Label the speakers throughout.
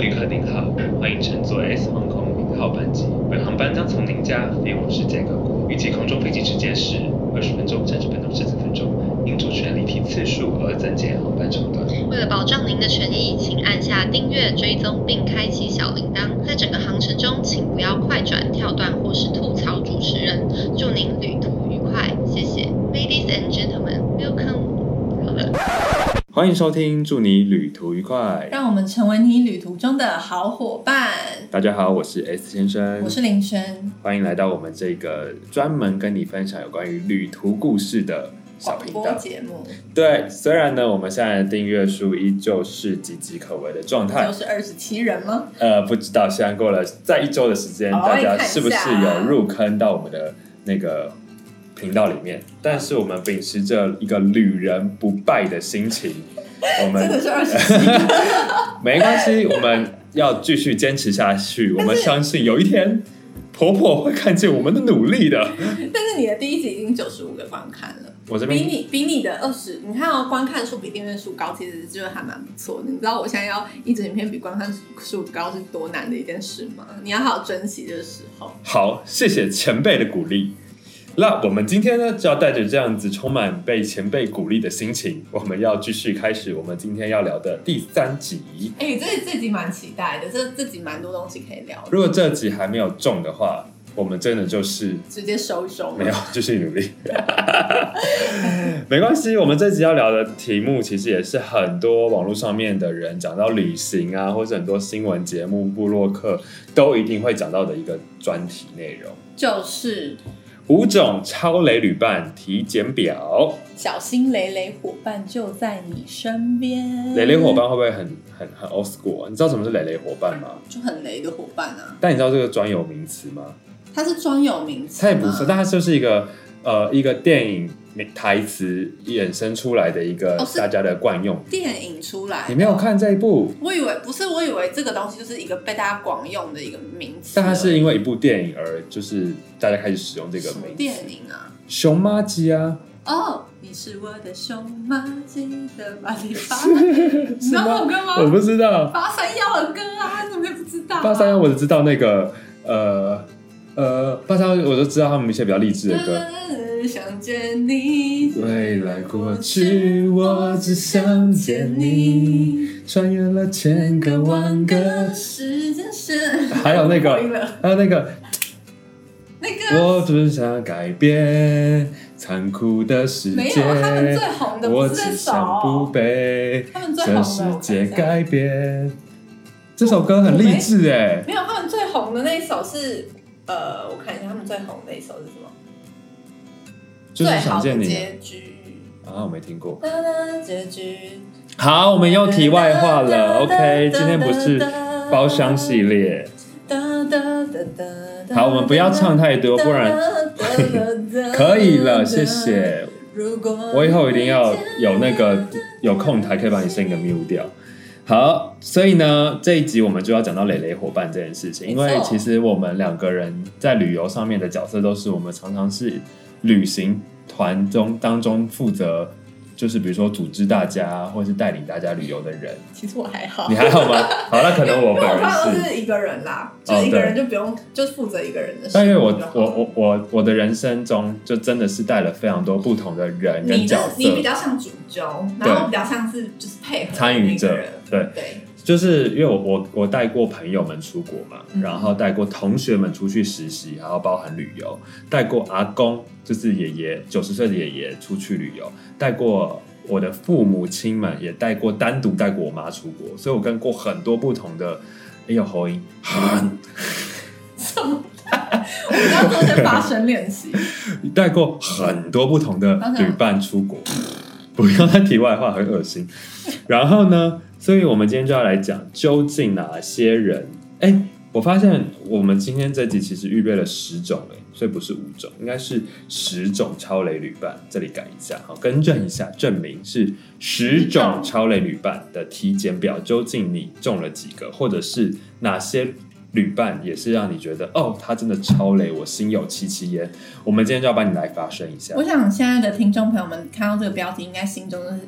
Speaker 1: 旅客您好，欢迎乘坐 S 航空零号班机，本航班将从您家飞往世界各国，预计空中飞行时间是二十分钟、三十分钟、四十分钟，因主持人离题次数而增减航班长短。
Speaker 2: 为了保障您的权益，请按下订阅、追踪并开启小铃铛。在整个航程中，请不要快转、跳段或是吐槽主持人。祝您旅途愉快，谢谢。Ladies and gentlemen, welcome。好了，
Speaker 1: 欢迎收听，祝你旅途愉快。
Speaker 3: 让我们成为你旅途中的好伙伴。
Speaker 1: 大家好，我是 S 先生，
Speaker 3: 我是林轩，
Speaker 1: 欢迎来到我们这个专门跟你分享有关于旅途故事的小
Speaker 3: 广
Speaker 1: 频
Speaker 3: 播
Speaker 1: 道。
Speaker 3: 节目
Speaker 1: 对，虽然呢，我们现在的订阅数依旧是岌岌可危的状态
Speaker 3: 就，是二十七人吗？
Speaker 1: 呃，不知道现在过了在一周的时间，
Speaker 3: 哦
Speaker 1: 大家
Speaker 3: 看一
Speaker 1: 是不是
Speaker 3: 下
Speaker 1: 有入坑到我们的那个频道里面？但是我们秉持着一个旅人不败的心情，我
Speaker 3: 真的
Speaker 1: 们
Speaker 3: 是二十七，
Speaker 1: 没关系，我们要继续坚持下去。我们相信有一天，婆婆会看见我们的努力的。
Speaker 3: 但是你的第一集已经九十五个观看了，
Speaker 1: 我这
Speaker 3: 比
Speaker 1: 边
Speaker 3: 你比你的二十，你看哦，观看数比订阅数高，其实就还蛮不错的。你知道我现在要一整片比观看数高是多难的一件事吗？你要好好珍惜这个时候。
Speaker 1: 好，谢谢前辈的鼓励。那我们今天呢，就要带着这样子充满被前辈鼓励的心情，我们要继续开始我们今天要聊的第三集。
Speaker 3: 哎、这这集蛮期待的，这这集蛮多东西可以聊的，
Speaker 1: 如果这集还没有中的话，我们真的就是
Speaker 3: 直接收一收。
Speaker 1: 没有，继续努力。 没关系，我们这集要聊的题目其实也是很多网络上面的人讲到旅行啊，或者很多新闻节目、部落客都一定会讲到的一个专题内容。
Speaker 3: 就是
Speaker 1: 五种超雷旅伴体检表，
Speaker 3: 小心雷雷伙伴就在你身边，
Speaker 1: 雷雷伙伴会不会很很很 old school？啊你知道什么是雷雷伙伴吗？
Speaker 3: 就很雷的伙伴啊，
Speaker 1: 但你知道这个专有名词吗？
Speaker 3: 他是专有名词吗，
Speaker 1: 它也不是，但它就是一个呃一个电影台词衍生出来的一个
Speaker 3: 哦是
Speaker 1: 大家的惯用。
Speaker 3: 电影出来，
Speaker 1: 你没有？看这一部，
Speaker 3: 我以为不是，我以为这个东西就是一个被大家广用的一个名词，
Speaker 1: 但它是因为一部电影而就是大家开始使用这个
Speaker 3: 什么
Speaker 1: 名词。
Speaker 3: 电影啊？
Speaker 1: 熊妈鸡啊，
Speaker 3: 哦，你是我的熊妈，记得把你发，你
Speaker 1: 是
Speaker 3: 知道这
Speaker 1: 吗
Speaker 3: 首？歌
Speaker 1: 我
Speaker 3: 吗？
Speaker 1: 不知道，
Speaker 3: 八三幺的歌啊，你怎么会不知道啊？
Speaker 1: 八三幺我只知道那个呃呃八三幺，我就知道他们一些比较励志的歌。
Speaker 3: 嗯想见你，
Speaker 1: 未来过去，我只想见你，。
Speaker 3: 嗯
Speaker 1: 穿越了千个万个。
Speaker 3: 时间是，
Speaker 1: 还有那个
Speaker 3: 我以为
Speaker 1: 还有那个
Speaker 3: 那个
Speaker 1: 我只想改变残酷的世
Speaker 3: 没
Speaker 1: 界
Speaker 3: 有，他们最红的
Speaker 1: 我
Speaker 3: 不是
Speaker 1: 只
Speaker 3: 这
Speaker 1: 想不
Speaker 3: 首，
Speaker 1: 被
Speaker 3: 他们最红
Speaker 1: 这
Speaker 3: 的
Speaker 1: 世
Speaker 3: 我看
Speaker 1: 界
Speaker 3: 一下，
Speaker 1: 改变。这首歌很励志哎，
Speaker 3: 没有，他们最红的那一首是呃，我看一下他们最红的一首是什么？
Speaker 1: 就是
Speaker 3: 最好
Speaker 1: 想
Speaker 3: 的
Speaker 1: 见你
Speaker 3: 结局，
Speaker 1: 啊，我没听过。
Speaker 3: 哒哒结局。
Speaker 1: 好，我们又题外话了。
Speaker 3: 哒
Speaker 1: OK，今天不是包厢系。列。
Speaker 3: 哒哒哒哒哒
Speaker 1: 好，我们不要唱太多，不然
Speaker 3: 然
Speaker 1: 可以了，谢。谢。
Speaker 3: 如果
Speaker 1: 我以后一定要有那个有空才可以把你声音给 mute 掉。好，所以呢，这一集我们就要讲到磊磊伙伴这件事情，因为
Speaker 3: 没错
Speaker 1: 其实我们两个人在旅游上面的角色都是我们常常是旅行团中当中负责，就是比如说组织大家或是带领大家旅游的人。
Speaker 3: 其实我还好
Speaker 1: 你，还好 吗？好，那可能我
Speaker 3: 因为
Speaker 1: 本
Speaker 3: 我通
Speaker 1: 人
Speaker 3: 常都
Speaker 1: 是，
Speaker 3: 是一个人啦，
Speaker 1: 哦
Speaker 3: 就是一个
Speaker 1: 对
Speaker 3: 人就不用，就负责一个人的事。
Speaker 1: 但因为我
Speaker 3: 就好
Speaker 1: 我我我我的人生中就真的是带了非常多不同的人跟
Speaker 3: 你
Speaker 1: 角
Speaker 3: 的
Speaker 1: 色，
Speaker 3: 你比较像主轴，然后我比较像是就是配合
Speaker 1: 参与
Speaker 3: 那
Speaker 1: 者
Speaker 3: 个人，
Speaker 1: 对。
Speaker 3: 对，
Speaker 1: 就是因为我我我带过朋友们出国嘛，
Speaker 3: 嗯
Speaker 1: 然后带过同学们出去实习，然后包含旅游，带过阿公，就是爷爷九十岁的爷爷出去旅游，带过我的父母亲们，也带过单独带过我妈出国，所以我跟过很多不同的，哎呦喉音，
Speaker 3: 我们要做一些发声练习。
Speaker 1: 带过很多不同的旅伴出国。不要再题外话，很恶心。然后呢，所以我们今天就要来讲，究竟哪些人？哎，我发现我们今天这集其实预备了十种，哎，所以不是五种，应该是十种超雷旅伴。这里改一下，好，更正一下，证明是十种超雷旅伴的体检表，究竟你中了几个，或者是哪些？旅伴也是让你觉得哦，他真的超雷，我心有戚戚焉。我们今天就要帮你来发声一下。
Speaker 3: 我想现在的听众朋友们看到这个标题，应该心中就是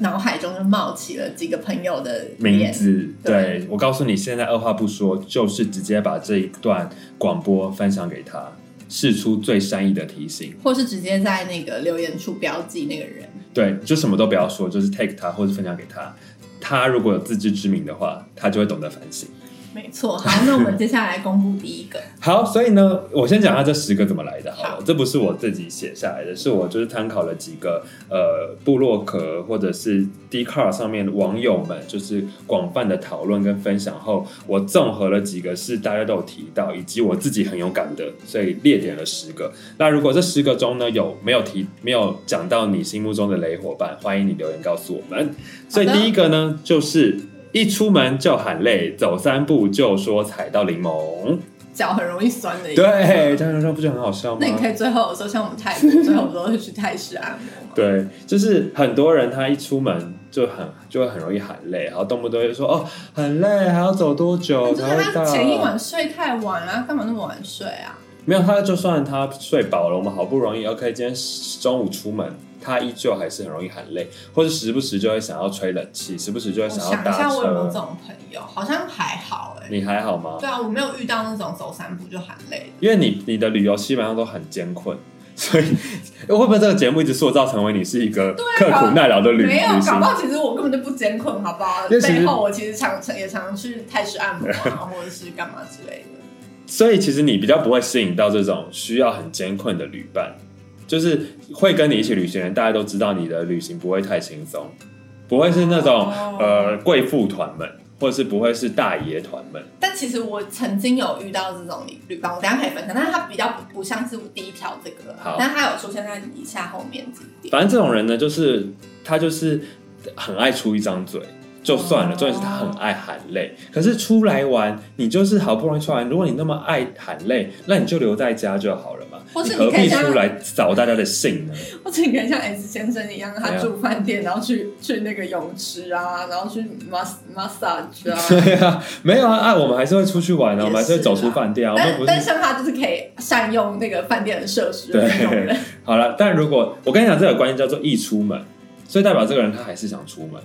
Speaker 3: 脑海中就冒起了几个朋友的
Speaker 1: 名
Speaker 3: 脸，
Speaker 1: 字。
Speaker 3: 对
Speaker 1: 对我告诉你，现在二话不说，就是直接把这一段广播分享给他，试出最善意的提醒。
Speaker 3: 或是直接在那个留言处标记那个人。
Speaker 1: 对，就什么都不要说，就是 take 他或者分享给他。他如果有自知之明的话，他就会懂得反省。
Speaker 3: 没错，好，那我们接下来公布第一个，
Speaker 1: 好，所以呢，我先讲下这十个怎么来的好了
Speaker 3: 好
Speaker 1: 这不是我自己写下来的，是我就是参考了几个呃部落壳或者是 d c a r 上面的网友们就是广泛的讨论跟分享后，我综合了几个是大家都有提到，以及我自己很有感的，所以列点了十个。那如果这十个中呢有没有提没有讲到你心目中的雷伙伴，欢迎你留言告诉我们。所以
Speaker 3: 好的
Speaker 1: 第一个呢就是。一出门就喊累，走三步就说踩到柠檬。
Speaker 3: 脚很容易酸的一个。
Speaker 1: 对，张教授不就很好笑吗
Speaker 3: 那？你可以最后的时候，像我们泰 国，最后都会去泰式按摩嘛。
Speaker 1: 对，就是很多人他一出门就很就会很容易喊累，然后动不动就说哦很累，还要走多久
Speaker 3: 就
Speaker 1: 才
Speaker 3: 是
Speaker 1: 会
Speaker 3: 他前一
Speaker 1: 到
Speaker 3: 晚？睡太晚啊，干嘛那么晚睡啊？
Speaker 1: 没有，他就算他睡饱了，我们好不容易 OK，今天中午出门，他依旧还是很容易喊累，或者时不时就会想要吹冷气，时不时就会
Speaker 3: 我哦想
Speaker 1: 要
Speaker 3: 一
Speaker 1: 搭
Speaker 3: 下，我有没有这
Speaker 1: 车。
Speaker 3: 种朋友？好像还好哎、
Speaker 1: 你还好吗？
Speaker 3: 对啊，我没有遇到那种走三步就喊累
Speaker 1: 因为你你的旅游基本上都很艰困， 所以会不会这个节目一直塑造成为你是一个刻
Speaker 3: 对啊
Speaker 1: 苦耐劳的
Speaker 3: 的。
Speaker 1: 旅
Speaker 3: 没有，
Speaker 1: 旅
Speaker 3: 搞
Speaker 1: 行
Speaker 3: 不好其实我根本就不艰困，好不好？
Speaker 1: 因为其实
Speaker 3: 背后我其实常常也常去泰式按摩啊，或者是干嘛之类的。
Speaker 1: 所以其实你比较不会吸引到这种需要很艰困的旅伴，就是会跟你一起旅行的人，大家都知道你的旅行不会太轻松，不会是那种、
Speaker 3: 哦
Speaker 1: 呃贵妇团们，或者是不会是大爷团们。
Speaker 3: 但其实我曾经有遇到这种旅旅伴，我等一下可以分享，但是它比较不不像是第一条这个
Speaker 1: 好
Speaker 3: 啊，但它有出现在以下后面几点。
Speaker 1: 反正这种人呢，就是他就是很爱出一张嘴。就算了，
Speaker 3: 哦
Speaker 1: 重点是他很爱喊累。可是出来玩，你就是好不容易出来玩，如果你那么爱喊累，那你就留在家就好了嘛。
Speaker 3: 或是
Speaker 1: 你
Speaker 3: 你
Speaker 1: 何
Speaker 3: 可
Speaker 1: 必
Speaker 3: 以这样
Speaker 1: 出来扫大家的兴呢？
Speaker 3: 或者你可以
Speaker 1: 哎
Speaker 3: 像 S 先生一样，
Speaker 1: 怎
Speaker 3: 他
Speaker 1: 样
Speaker 3: 住饭店，然后去去那个泳池啊，然后去 mass massage 啊。
Speaker 1: 对啊，没有啊，啊，我们还是会出去玩啊，我们还是会走出饭店啊，我们
Speaker 3: 但
Speaker 1: 不
Speaker 3: 但
Speaker 1: 是
Speaker 3: 像他就是可以善用那个饭店的设施的
Speaker 1: 对
Speaker 3: 那种人，
Speaker 1: 好了。但如果我跟你讲，这个关系叫做一出门，所以代表这个人他还是想出门，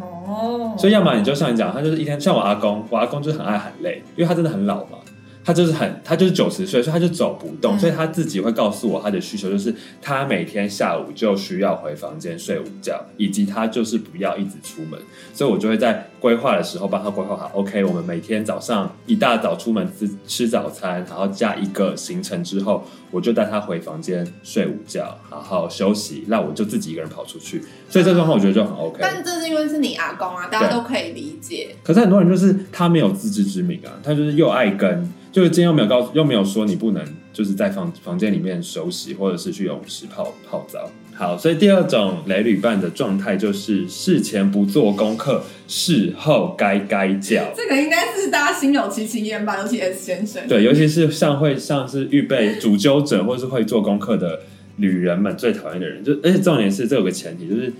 Speaker 3: 哦，
Speaker 1: 所以要么你就像你讲，他就是一天像我阿公，我阿公就是很爱喊累，因为他真的很老嘛。他就是很，他就是九十岁，所以他就走不动，
Speaker 3: 嗯
Speaker 1: 所以他自己会告诉我他的需求，就是他每天下午就需要回房间睡午觉，以及他就是不要一直出门，所以我就会在规划的时候帮他规划好。OK，我们每天早上一大早出门吃吃早餐，然后加一个行程之后，我就带他回房间睡午觉，好好休息。那我就自己一个人跑出去，所以这状况我觉得就很 OK。
Speaker 3: 但这是因为是你阿公啊，大家
Speaker 1: 对
Speaker 3: 都可以理解。
Speaker 1: 可是很多人就是他没有自知之明啊，他就是又爱跟，就是今天又没有告诉，又没有说你不能就是在房房间里面休息，或者是去泳池泡泡澡。好，所以第二种雷旅伴的状态就是事前不做功课，事后该该叫。
Speaker 3: 这个应该是大家心有戚戚焉吧，尤其 S 先生。
Speaker 1: 对，尤其是像会像是预备主纠者或是会做功课的旅人们最讨厌的人，就而且重点是这有个前提，就是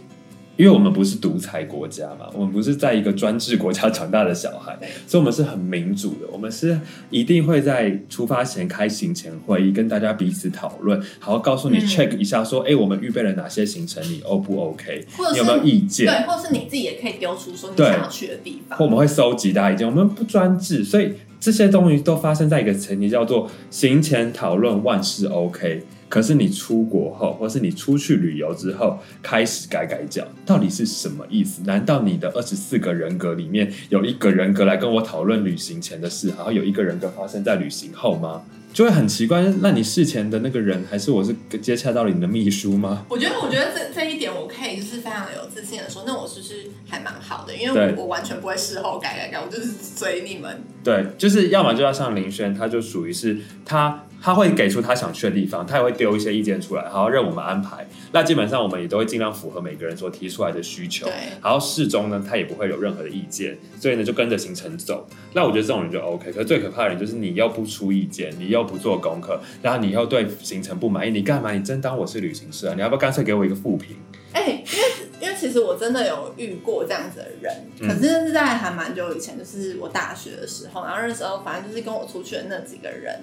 Speaker 1: 因为我们不是独裁国家嘛，我们不是在一个专制国家长大的小孩
Speaker 3: 对，
Speaker 1: 所以我们是很民主的，我们是一定会在出发前开行前会议，跟大家彼此讨论，好好告诉你
Speaker 3: 嗯
Speaker 1: check 一下说，哎、我们预备了哪些行程，你 O 不 OK？
Speaker 3: 或者
Speaker 1: 你
Speaker 3: 是
Speaker 1: 有没有意见？
Speaker 3: 对，或是你自己也可以丢出说你
Speaker 1: 对
Speaker 3: 想要去的地方
Speaker 1: 或。我们会收集大家意见，我们不专制，所以这些东西都发生在一个前提，叫做行前讨论万事 OK。可是你出国后，或是你出去旅游之后，开始改改脚，到底是什么意思？难道你的二十四个人格里面有一个人格来跟我讨论旅行前的事，然后有一个人格发生在旅行后吗？就会很奇怪。那你事前的那个人，还是我是接洽到了你的秘书吗？
Speaker 3: 我觉得，我觉得这这一点我可以就是非常有自信的说，那我就是还蛮好的，因为
Speaker 1: 对
Speaker 3: 我我完全不会事后改改改，我就是随你们。
Speaker 1: 对，就是要么就要像林轩，他就属于是他他会给出他想去的地方，他也会丢一些意见出来，然后让我们安排。那基本上我们也都会尽量符合每个人所提出来的需求
Speaker 3: 对。
Speaker 1: 然后适中呢，他也不会有任何的意见，所以呢就跟着行程走。那我觉得这种人就 OK。可是最可怕的人就是你又不出意见，你又不做功课，然后你又对行程不满意，你干嘛？你真当我是旅行社啊？你要不要干脆给我一个负评？
Speaker 3: 哎、因为因为其实我真的有遇过这样子的人，
Speaker 1: 嗯
Speaker 3: 可是是在还蛮久以前，就是我大学的时候，然后那时候反正就是跟我出去的那几个人，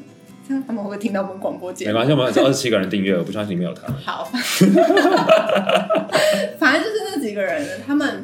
Speaker 3: 这样他们会不会听到我们广播节
Speaker 1: 没
Speaker 3: 目？
Speaker 1: 关系，我们有二十七个人订阅，我不相信里面有他。
Speaker 3: 好，反正就是那几个人，他们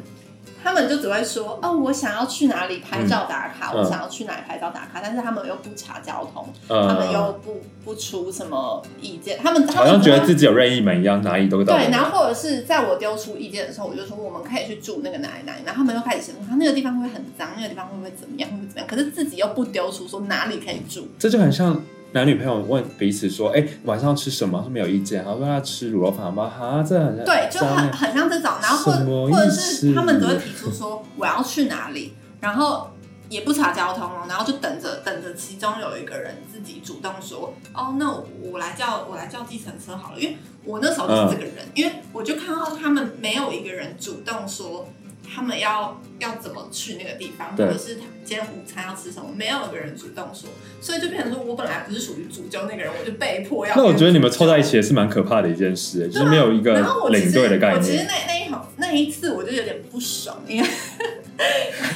Speaker 3: 他们就只会说哦，我想要去哪里拍照打卡，
Speaker 1: 嗯
Speaker 3: 我想要去哪里拍照打卡，但是他们又不查交通，他们又
Speaker 1: 呃，
Speaker 3: 不不出什么意见，他们他
Speaker 1: 好
Speaker 3: 们
Speaker 1: 像觉
Speaker 3: 他
Speaker 1: 得
Speaker 3: 们
Speaker 1: 自己有任意门一样，哪里都到。
Speaker 3: 对，然后或者是在我丢出意见的时候，我就说我们可以去住那个哪里哪里，然后他们又开始想说嗯他那个地方会不会很脏，那个地方会不会怎么样，会不会怎么样，可是自己又不丢出说哪里可以住，
Speaker 1: 这就很像男女朋友问彼此说：“哎、晚上吃什么？”他们有意见，然后说他吃卤肉饭吗？哈，这很像
Speaker 3: 对，就很
Speaker 1: 像
Speaker 3: 很像这种，然后
Speaker 1: 什
Speaker 3: 或
Speaker 1: 么意
Speaker 3: 或
Speaker 1: 思
Speaker 3: 者是他们只会提出说我要去哪里，然后也不查交通哦，然后就等着等着，其中有一个人自己主动说，哦，那我我来叫我来叫计程车好了，因为我那时候就是这个人，
Speaker 1: 嗯
Speaker 3: 因为我就看到他们没有一个人主动说他们要要怎么去那个地方，或
Speaker 1: 对
Speaker 3: 者是他今天午餐要吃什么，没有一个人主动说，所以就变成说我本来不是属于主教那个人，我就被迫要。
Speaker 1: 那我觉得你们凑在一起也是蛮可怕的一件事、就是没有一个
Speaker 3: 啊然后我其
Speaker 1: 领
Speaker 3: 实
Speaker 1: 队的概
Speaker 3: 我其实
Speaker 1: 念。
Speaker 3: 那那一行那一次我就有点不爽，因为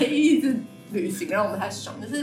Speaker 3: 那一次旅行让我不太爽，就是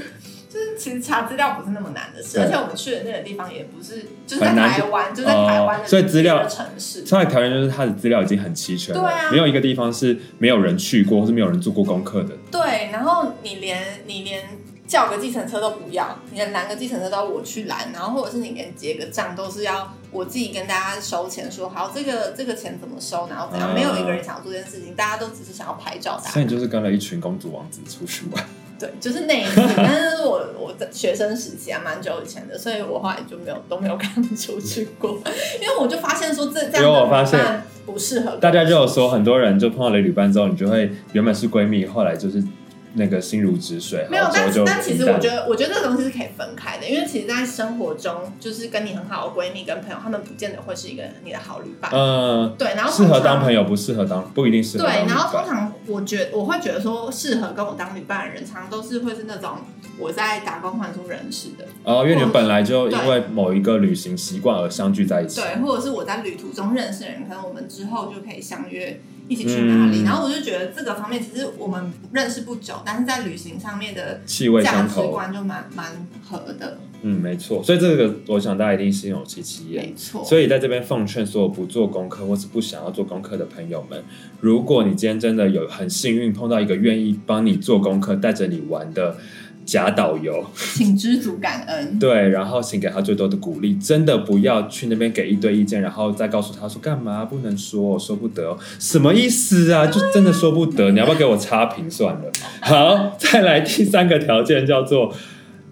Speaker 3: 就是其实查资料不是那么难的事，
Speaker 1: 对
Speaker 3: 而且我们去的那个地方也不是就是在
Speaker 1: 很难
Speaker 3: 台湾，就在台湾的、
Speaker 1: 哦所以资料
Speaker 3: 城市。
Speaker 1: 它的条件就是它的资料已经很齐全了，
Speaker 3: 对啊
Speaker 1: 没有一个地方是没有人去过或是没有人做过功课的。
Speaker 3: 对，然后你连你连叫个计程车都不要，你连拦个计程车都要我去拦，然后或者是你连结个账都是要我自己跟大家收钱说好这个这个钱怎么收，然后怎样，
Speaker 1: 嗯
Speaker 3: 没有一个人想要做这件事情，大家都只是想要拍照打卡
Speaker 1: 所以你就是跟了一群公主王子出去玩，
Speaker 3: 对，就是那一次，但是我我在学生时期还蛮久以前的，所以我后来就没有都没有跟他们出去过， 因为我就发现说这这样
Speaker 1: 有
Speaker 3: 的
Speaker 1: 我发现
Speaker 3: 旅伴不适合
Speaker 1: 大家就有说，很多人就碰到了旅伴之后，你就会原本是闺蜜，后来就是那个心如止水，
Speaker 3: 没有
Speaker 1: 好，
Speaker 3: 但
Speaker 1: 之后就
Speaker 3: 但其实
Speaker 1: 平淡
Speaker 3: 我觉得，我觉得这个东西是可以分开的，因为其实，在生活中，就是跟你很好的闺蜜跟朋友，他们不见得会是一个你的好旅伴。
Speaker 1: 嗯，
Speaker 3: 对，然后
Speaker 1: 适
Speaker 3: 啊通
Speaker 1: 合
Speaker 3: 常
Speaker 1: 当朋友，不适合当不一定适合当
Speaker 3: 对，
Speaker 1: 旅伴。
Speaker 3: 然后通常我觉我会觉得说，适合跟我当旅伴的人，常常都是会是那种我在打工换宿认识的，
Speaker 1: 哦，因为你们本来就
Speaker 3: 对
Speaker 1: 因为某一个旅行习惯而相聚在一起。
Speaker 3: 对，或者是我在旅途中认识的人，可能我们之后就可以相约一起去哪里。
Speaker 1: 嗯
Speaker 3: 然后我就觉得这个方面，其实我们认识不久，但是在旅行上面的
Speaker 1: 气味
Speaker 3: 价
Speaker 1: 相
Speaker 3: 值
Speaker 1: 投，
Speaker 3: 观就蛮蛮合的，
Speaker 1: 嗯，没错。所以这个我想大家一定心有戚戚焉。
Speaker 3: 没错。
Speaker 1: 所以在这边奉劝所有不做功课或是不想要做功课的朋友们，如果你今天真的有很幸运碰到一个愿意帮你做功课、带着你玩的假导游，
Speaker 3: 请知足感恩。
Speaker 1: 对，然后请给他最多的鼓励，真的不要去那边给一堆意见，然后再告诉他说干嘛不能说，说不得哦，什么意思啊？就真的说不得，你要不要给我差评算了？好，再来第三个条件叫做。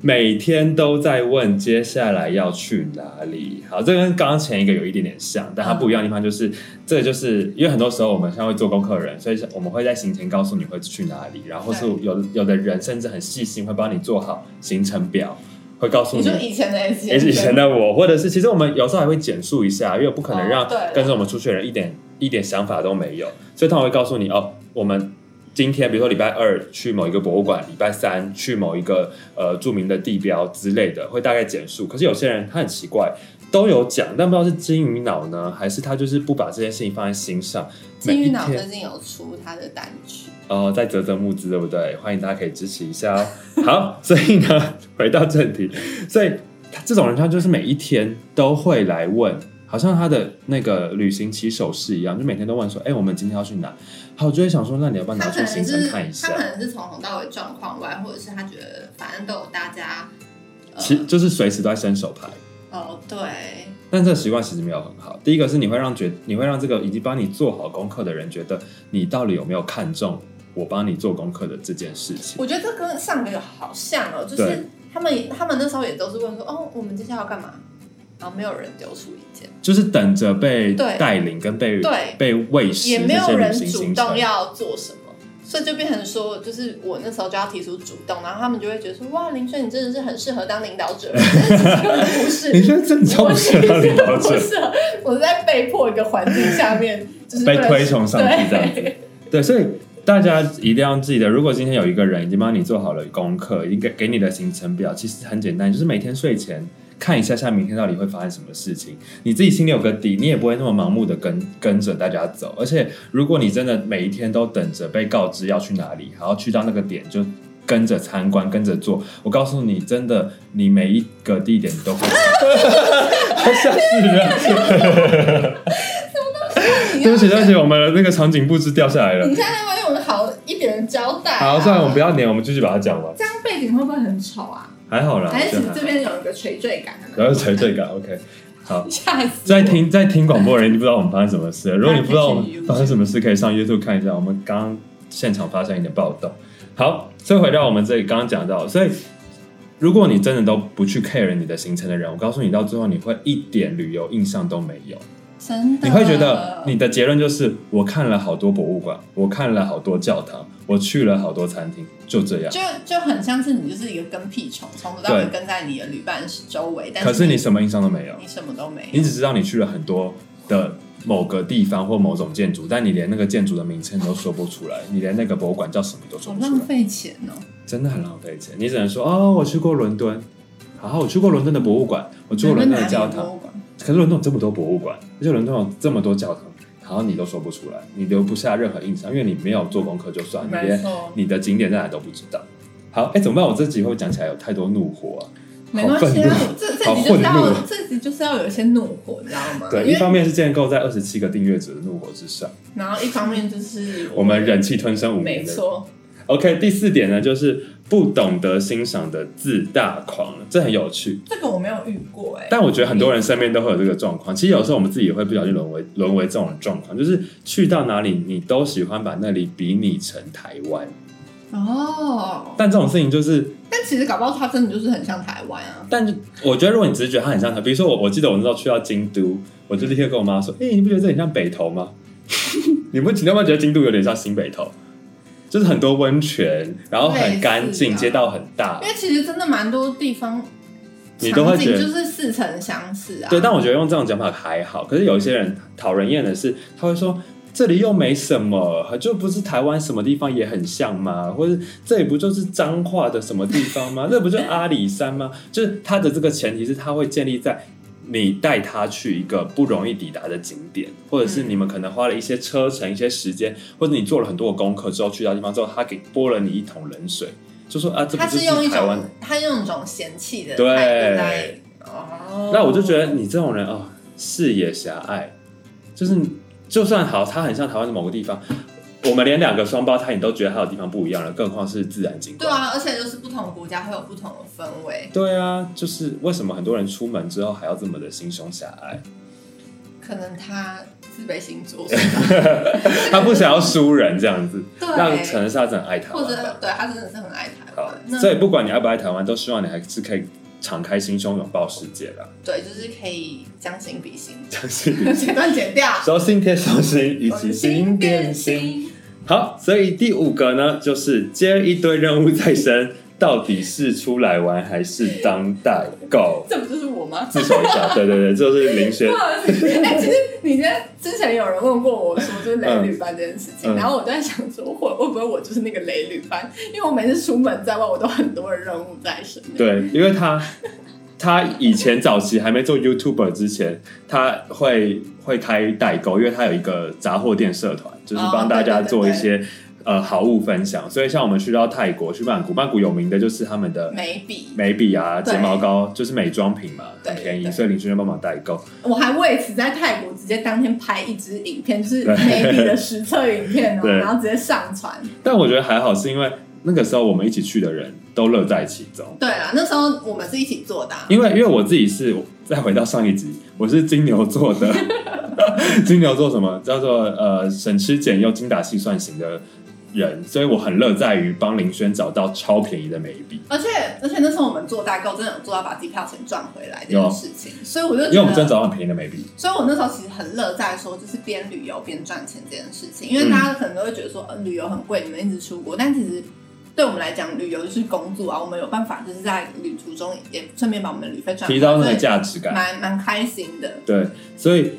Speaker 1: 每天都在问接下来要去哪里。好，这跟刚刚前一个有一点点像，但它不一样的地方就是，这就是因为很多时候我们像会做功课的人，所以我们会在行前告诉你会去哪里，然后是
Speaker 3: 对
Speaker 1: 有有的人甚至很细心会帮你做好行程表，会告诉
Speaker 3: 你
Speaker 1: 你
Speaker 3: 就。以前的
Speaker 1: 嗯
Speaker 3: S
Speaker 1: 也是以前的我，或者是其实我们有时候还会简述一下，因为不可能让
Speaker 3: 哦对了
Speaker 1: 跟着我们出去的人一点一点想法都没有，所以他们会告诉你哦，我们今天比如说礼拜二去某一个博物馆，礼拜三去某一个呃著名的地标之类的，会大概简述。可是有些人他很奇怪，都有讲，但不知道是金鱼脑呢，还是他就是不把这件事情放在心上。每
Speaker 3: 金
Speaker 1: 一
Speaker 3: 鱼脑
Speaker 1: 天。
Speaker 3: 最近有出他的单曲，
Speaker 1: 哦，在泽泽募资，对不对？欢迎大家可以支持一下哦。 好，所以呢，回到正题，所以他这种人他就是每一天都会来问，好像他的那个旅行起手式一样，就每天都问说，哎、我们今天要去哪？好，我就会想说，那你要不要拿
Speaker 3: 他可
Speaker 1: 出
Speaker 3: 能
Speaker 1: 行程
Speaker 3: 是
Speaker 1: 看一下
Speaker 3: 他？可能是从头到尾状况外，或者是他觉得反正都有大家，呃
Speaker 1: 其就是随时都在伸手牌，
Speaker 3: 哦对，
Speaker 1: 但这个习惯其实没有很好。第一个是你会让觉，你会让这个已经帮你做好功课的人觉得你到底有没有看中我帮你做功课的这件事情。
Speaker 3: 我觉得这跟上个好像哦，就
Speaker 1: 对
Speaker 3: 是他们也他们那时候也都是问说，哦，我们接下来要干嘛？然后没有人丢出意见，
Speaker 1: 就是等着被
Speaker 3: 对
Speaker 1: 带领跟被
Speaker 3: 对
Speaker 1: 被喂食，
Speaker 3: 也没有人
Speaker 1: 这些旅行
Speaker 3: 主
Speaker 1: 行程
Speaker 3: 动要做什么，所以就变成说，就是我那时候就要提出主动，然后他们就会觉得说，哇，林轩你真的是很适合当领导 者，但是其实根本不是。
Speaker 1: 你觉得真的超
Speaker 3: 我
Speaker 1: 不
Speaker 3: 是
Speaker 1: 适合当领导者
Speaker 3: 不，是，我是在被迫一个环境下面，就是
Speaker 1: 被
Speaker 3: 为了
Speaker 1: 推崇上去这样子。
Speaker 3: 对
Speaker 1: 对，所以大家一定要记得，如果今天有一个人已经帮你做好了功课，已经给给你的行程表，其实很简单，就是每天睡前看一下下明天到底会发生什么事情，你自己心里有个底，你也不会那么盲目的跟跟着大家走。而且，如果你真的每一天都等着被告知要去哪里，然后去到那个点就跟着参观，跟着做。我告诉你，真的，你每一个地点你都会，吓死人！ 对不起，对不起，我们的那个场景布置掉下来了
Speaker 4: 你。现在要用好一点的交代、啊。
Speaker 1: 好，算了，我们不要黏，我们继续把它讲完。
Speaker 4: 这样背景会不会很丑啊？
Speaker 1: 还好啦，
Speaker 4: 还是
Speaker 1: 这
Speaker 4: 其
Speaker 1: 样
Speaker 4: 实
Speaker 1: 还好
Speaker 4: 这边有一个垂坠感
Speaker 3: 啊
Speaker 4: 的
Speaker 1: 然后才对感，OK。好，
Speaker 4: 吓死我！
Speaker 1: 在听在听广播的人，你不知道我们发生什么事了。如果你不知道我们
Speaker 3: 那可以去 YouTube
Speaker 1: 发生什么事，可以上 YouTube 看一下，我们刚刚现场发生一点暴动。好，所以回到我们这里刚刚讲到，所以如果你真的都不去 care 你的行程的人，我告诉你，到最后你会一点旅游印象都没 有。
Speaker 3: 真的，
Speaker 1: 你会觉得你的结论就是，我看了好多博物馆，我看了好多教堂，我去了好多餐厅，就这样。
Speaker 3: 就就很像是你就是一个跟屁虫，从头到尾跟在你的旅伴周围，但
Speaker 1: 可是
Speaker 3: 是
Speaker 1: 你什么印象都没有。
Speaker 3: 你什么都没
Speaker 1: 你
Speaker 3: 有，
Speaker 1: 只知道你去了很多的某个地方或某种建筑，但你连那个建筑的名称都说不出来，你连那个博物馆叫什么都说不
Speaker 3: 好
Speaker 1: 出
Speaker 3: 浪
Speaker 1: 来，
Speaker 3: 费钱哦。
Speaker 1: 真的很浪费钱。你只能说哦，我去过伦敦，好，我去过伦敦的博物馆，我去过伦敦的教
Speaker 3: 哪里有博
Speaker 1: 堂。
Speaker 3: 物馆，
Speaker 1: 可是伦敦有这么多博物馆，而且伦敦有这么多教堂，然后你都说不出来，你留不下任何印象，因为你没有做功课就算，你
Speaker 3: 没
Speaker 1: 连
Speaker 3: 错，
Speaker 1: 你的景点在哪都不知道。好，哎，怎么办？我这集会不会讲起来有太多怒火啊？
Speaker 3: 没关系啊
Speaker 1: 好愤，
Speaker 3: 这这
Speaker 1: 好
Speaker 3: 集就是
Speaker 1: 愤怒
Speaker 3: 要
Speaker 1: 啊
Speaker 3: 这集就是要有一些怒火，你知道吗？
Speaker 1: 对，
Speaker 3: 因
Speaker 1: 一
Speaker 3: 为
Speaker 1: 方面是建构在二十七个订阅者的怒火之上。
Speaker 3: 然后一方面就是
Speaker 1: 我们忍气吞声五
Speaker 3: 没
Speaker 1: 年的。
Speaker 3: 错，
Speaker 1: OK，第四点呢，就是不懂得欣赏的自大狂，这很有趣。
Speaker 3: 这个我没有遇过哎，
Speaker 1: 但我觉得很多人身边都会有这个状况。其实有时候我们自己也会不小心沦为沦为这种状况，就是去到哪里，你都喜欢把那里比拟成台湾。
Speaker 3: 哦，
Speaker 1: 但这种事情就是，
Speaker 3: 但其实搞不好它真的就是很像台湾啊，
Speaker 1: 但我觉得如果你只是觉得它很像台，比如说我，我记得我那时候去到京都，我就立刻跟我妈说：“哎、你不觉得这很像北投吗？ 你不，你要不要觉得京都有点像新北投？就是很多温泉，然后很干净，
Speaker 3: 类似啊
Speaker 1: 街道很大，
Speaker 3: 因为其实真的蛮多地方
Speaker 1: 你都会
Speaker 3: 场景
Speaker 1: 觉得
Speaker 3: 就是似曾相识啊，
Speaker 1: 对，但我觉得用这种讲法还好。可是有一些人讨人厌的是，他会说这里又没什么，就不是台湾什么地方也很像吗？或者这里不就是彰化的什么地方吗？ 这不就阿里山吗？就是他的这个前提是他会建立在。你带他去一个不容易抵达的景点，或者是
Speaker 3: 嗯
Speaker 1: 你们可能花了一些车程、一些时间，或者你做了很多的功课之后去到地方之后，他给泼了你一桶冷水，就说啊，这不
Speaker 3: 他
Speaker 1: 就是
Speaker 3: 用一
Speaker 1: 台湾
Speaker 3: 种他用一种嫌弃的态
Speaker 1: 对
Speaker 3: 度在哦，
Speaker 1: 那我就觉得你这种人哦，视野狭隘，就是就算好，他很像台湾的某个地方，我们连两个双胞胎你都觉得他有地方不一样了，更何况是自然景
Speaker 3: 对
Speaker 1: 观。
Speaker 3: 啊，而且就是不同国家会有不同的氛围，
Speaker 1: 对啊，就是为什么很多人出门之后还要这么的心胸狭隘？
Speaker 3: 可能他自卑心作祟，
Speaker 1: 他不想要输人这样子，那可
Speaker 3: 对，
Speaker 1: 能是他真的很爱台
Speaker 3: 或
Speaker 1: 湾
Speaker 3: 者
Speaker 1: 吧。
Speaker 3: 对他真的是很爱台
Speaker 1: 好
Speaker 3: 湾，，那
Speaker 1: 所以不管你爱不爱台湾，都希望你还是可以敞开心胸拥抱世界 啦。
Speaker 3: 对就是可以将心 比心，
Speaker 1: 相信你，
Speaker 3: 这段剪掉，
Speaker 1: 手心贴手心，一起心变心。，好，所以第五个呢，就是接一堆任务在身，到底是出来玩还是当代购？
Speaker 3: 这不就是我吗？
Speaker 1: 自首一下，对对对，就是林轩
Speaker 4: 不，好意思，哎、其实你在之前有人问过我说，就是雷旅班这件事情，
Speaker 1: 嗯嗯
Speaker 4: 然后我就在想说，会会不会我就是那个雷旅班？因为我每次出门在外，我都很多的任务在身。
Speaker 1: 对，因为 他他以前早期还没做 YouTuber 之前，他会会开代购，因为他有一个杂货店社团，就是帮大家
Speaker 3: 哦对对对
Speaker 1: 做一些、呃好物分享。所以像我们去到泰国去曼谷，曼谷有名的就是他们的
Speaker 3: 眉笔，
Speaker 1: 眉笔啊、
Speaker 3: 对
Speaker 1: 睫毛膏，就是美妆品嘛，很
Speaker 3: 对
Speaker 1: 便宜，
Speaker 3: 对
Speaker 1: 所以林轩就帮忙代购。
Speaker 4: 我还为此在泰国直接当天拍一支影片，就是 眉笔的实测影片哦，
Speaker 1: 对
Speaker 4: 然后直接上传。
Speaker 1: 但我觉得还好，是因为那个时候我们一起去的人都乐在其中。
Speaker 3: 对
Speaker 4: 啊
Speaker 3: 啦，那时候我们是一起做的啊、
Speaker 1: 因为因为我自己是再回到上一集，我是金牛座 的，金牛座什么叫做呃省吃俭用、精打细算型的人，所以我很乐在于帮林轩找到超便宜的眉笔，
Speaker 3: 而且而且那时候我们做代购，真的有做到把机票钱赚回来这
Speaker 1: 有
Speaker 3: 件事情，所以我就觉
Speaker 1: 因为
Speaker 3: 得
Speaker 1: 我们真的找到很便宜的眉笔。
Speaker 3: 所以我那时候其实很乐在说，就是边旅游边赚钱这件事情，因为大家可能都会觉得说，呃，旅游很贵，你们一直出国，但其实对我们来讲，旅游就是工作啊，我们有办法就是在旅途中也顺便把我们的旅费赚回
Speaker 1: 提
Speaker 3: 来
Speaker 1: 高那
Speaker 3: 所
Speaker 1: 个
Speaker 3: 以
Speaker 1: 价值感。
Speaker 3: 蛮蛮开心的。
Speaker 1: 对，所以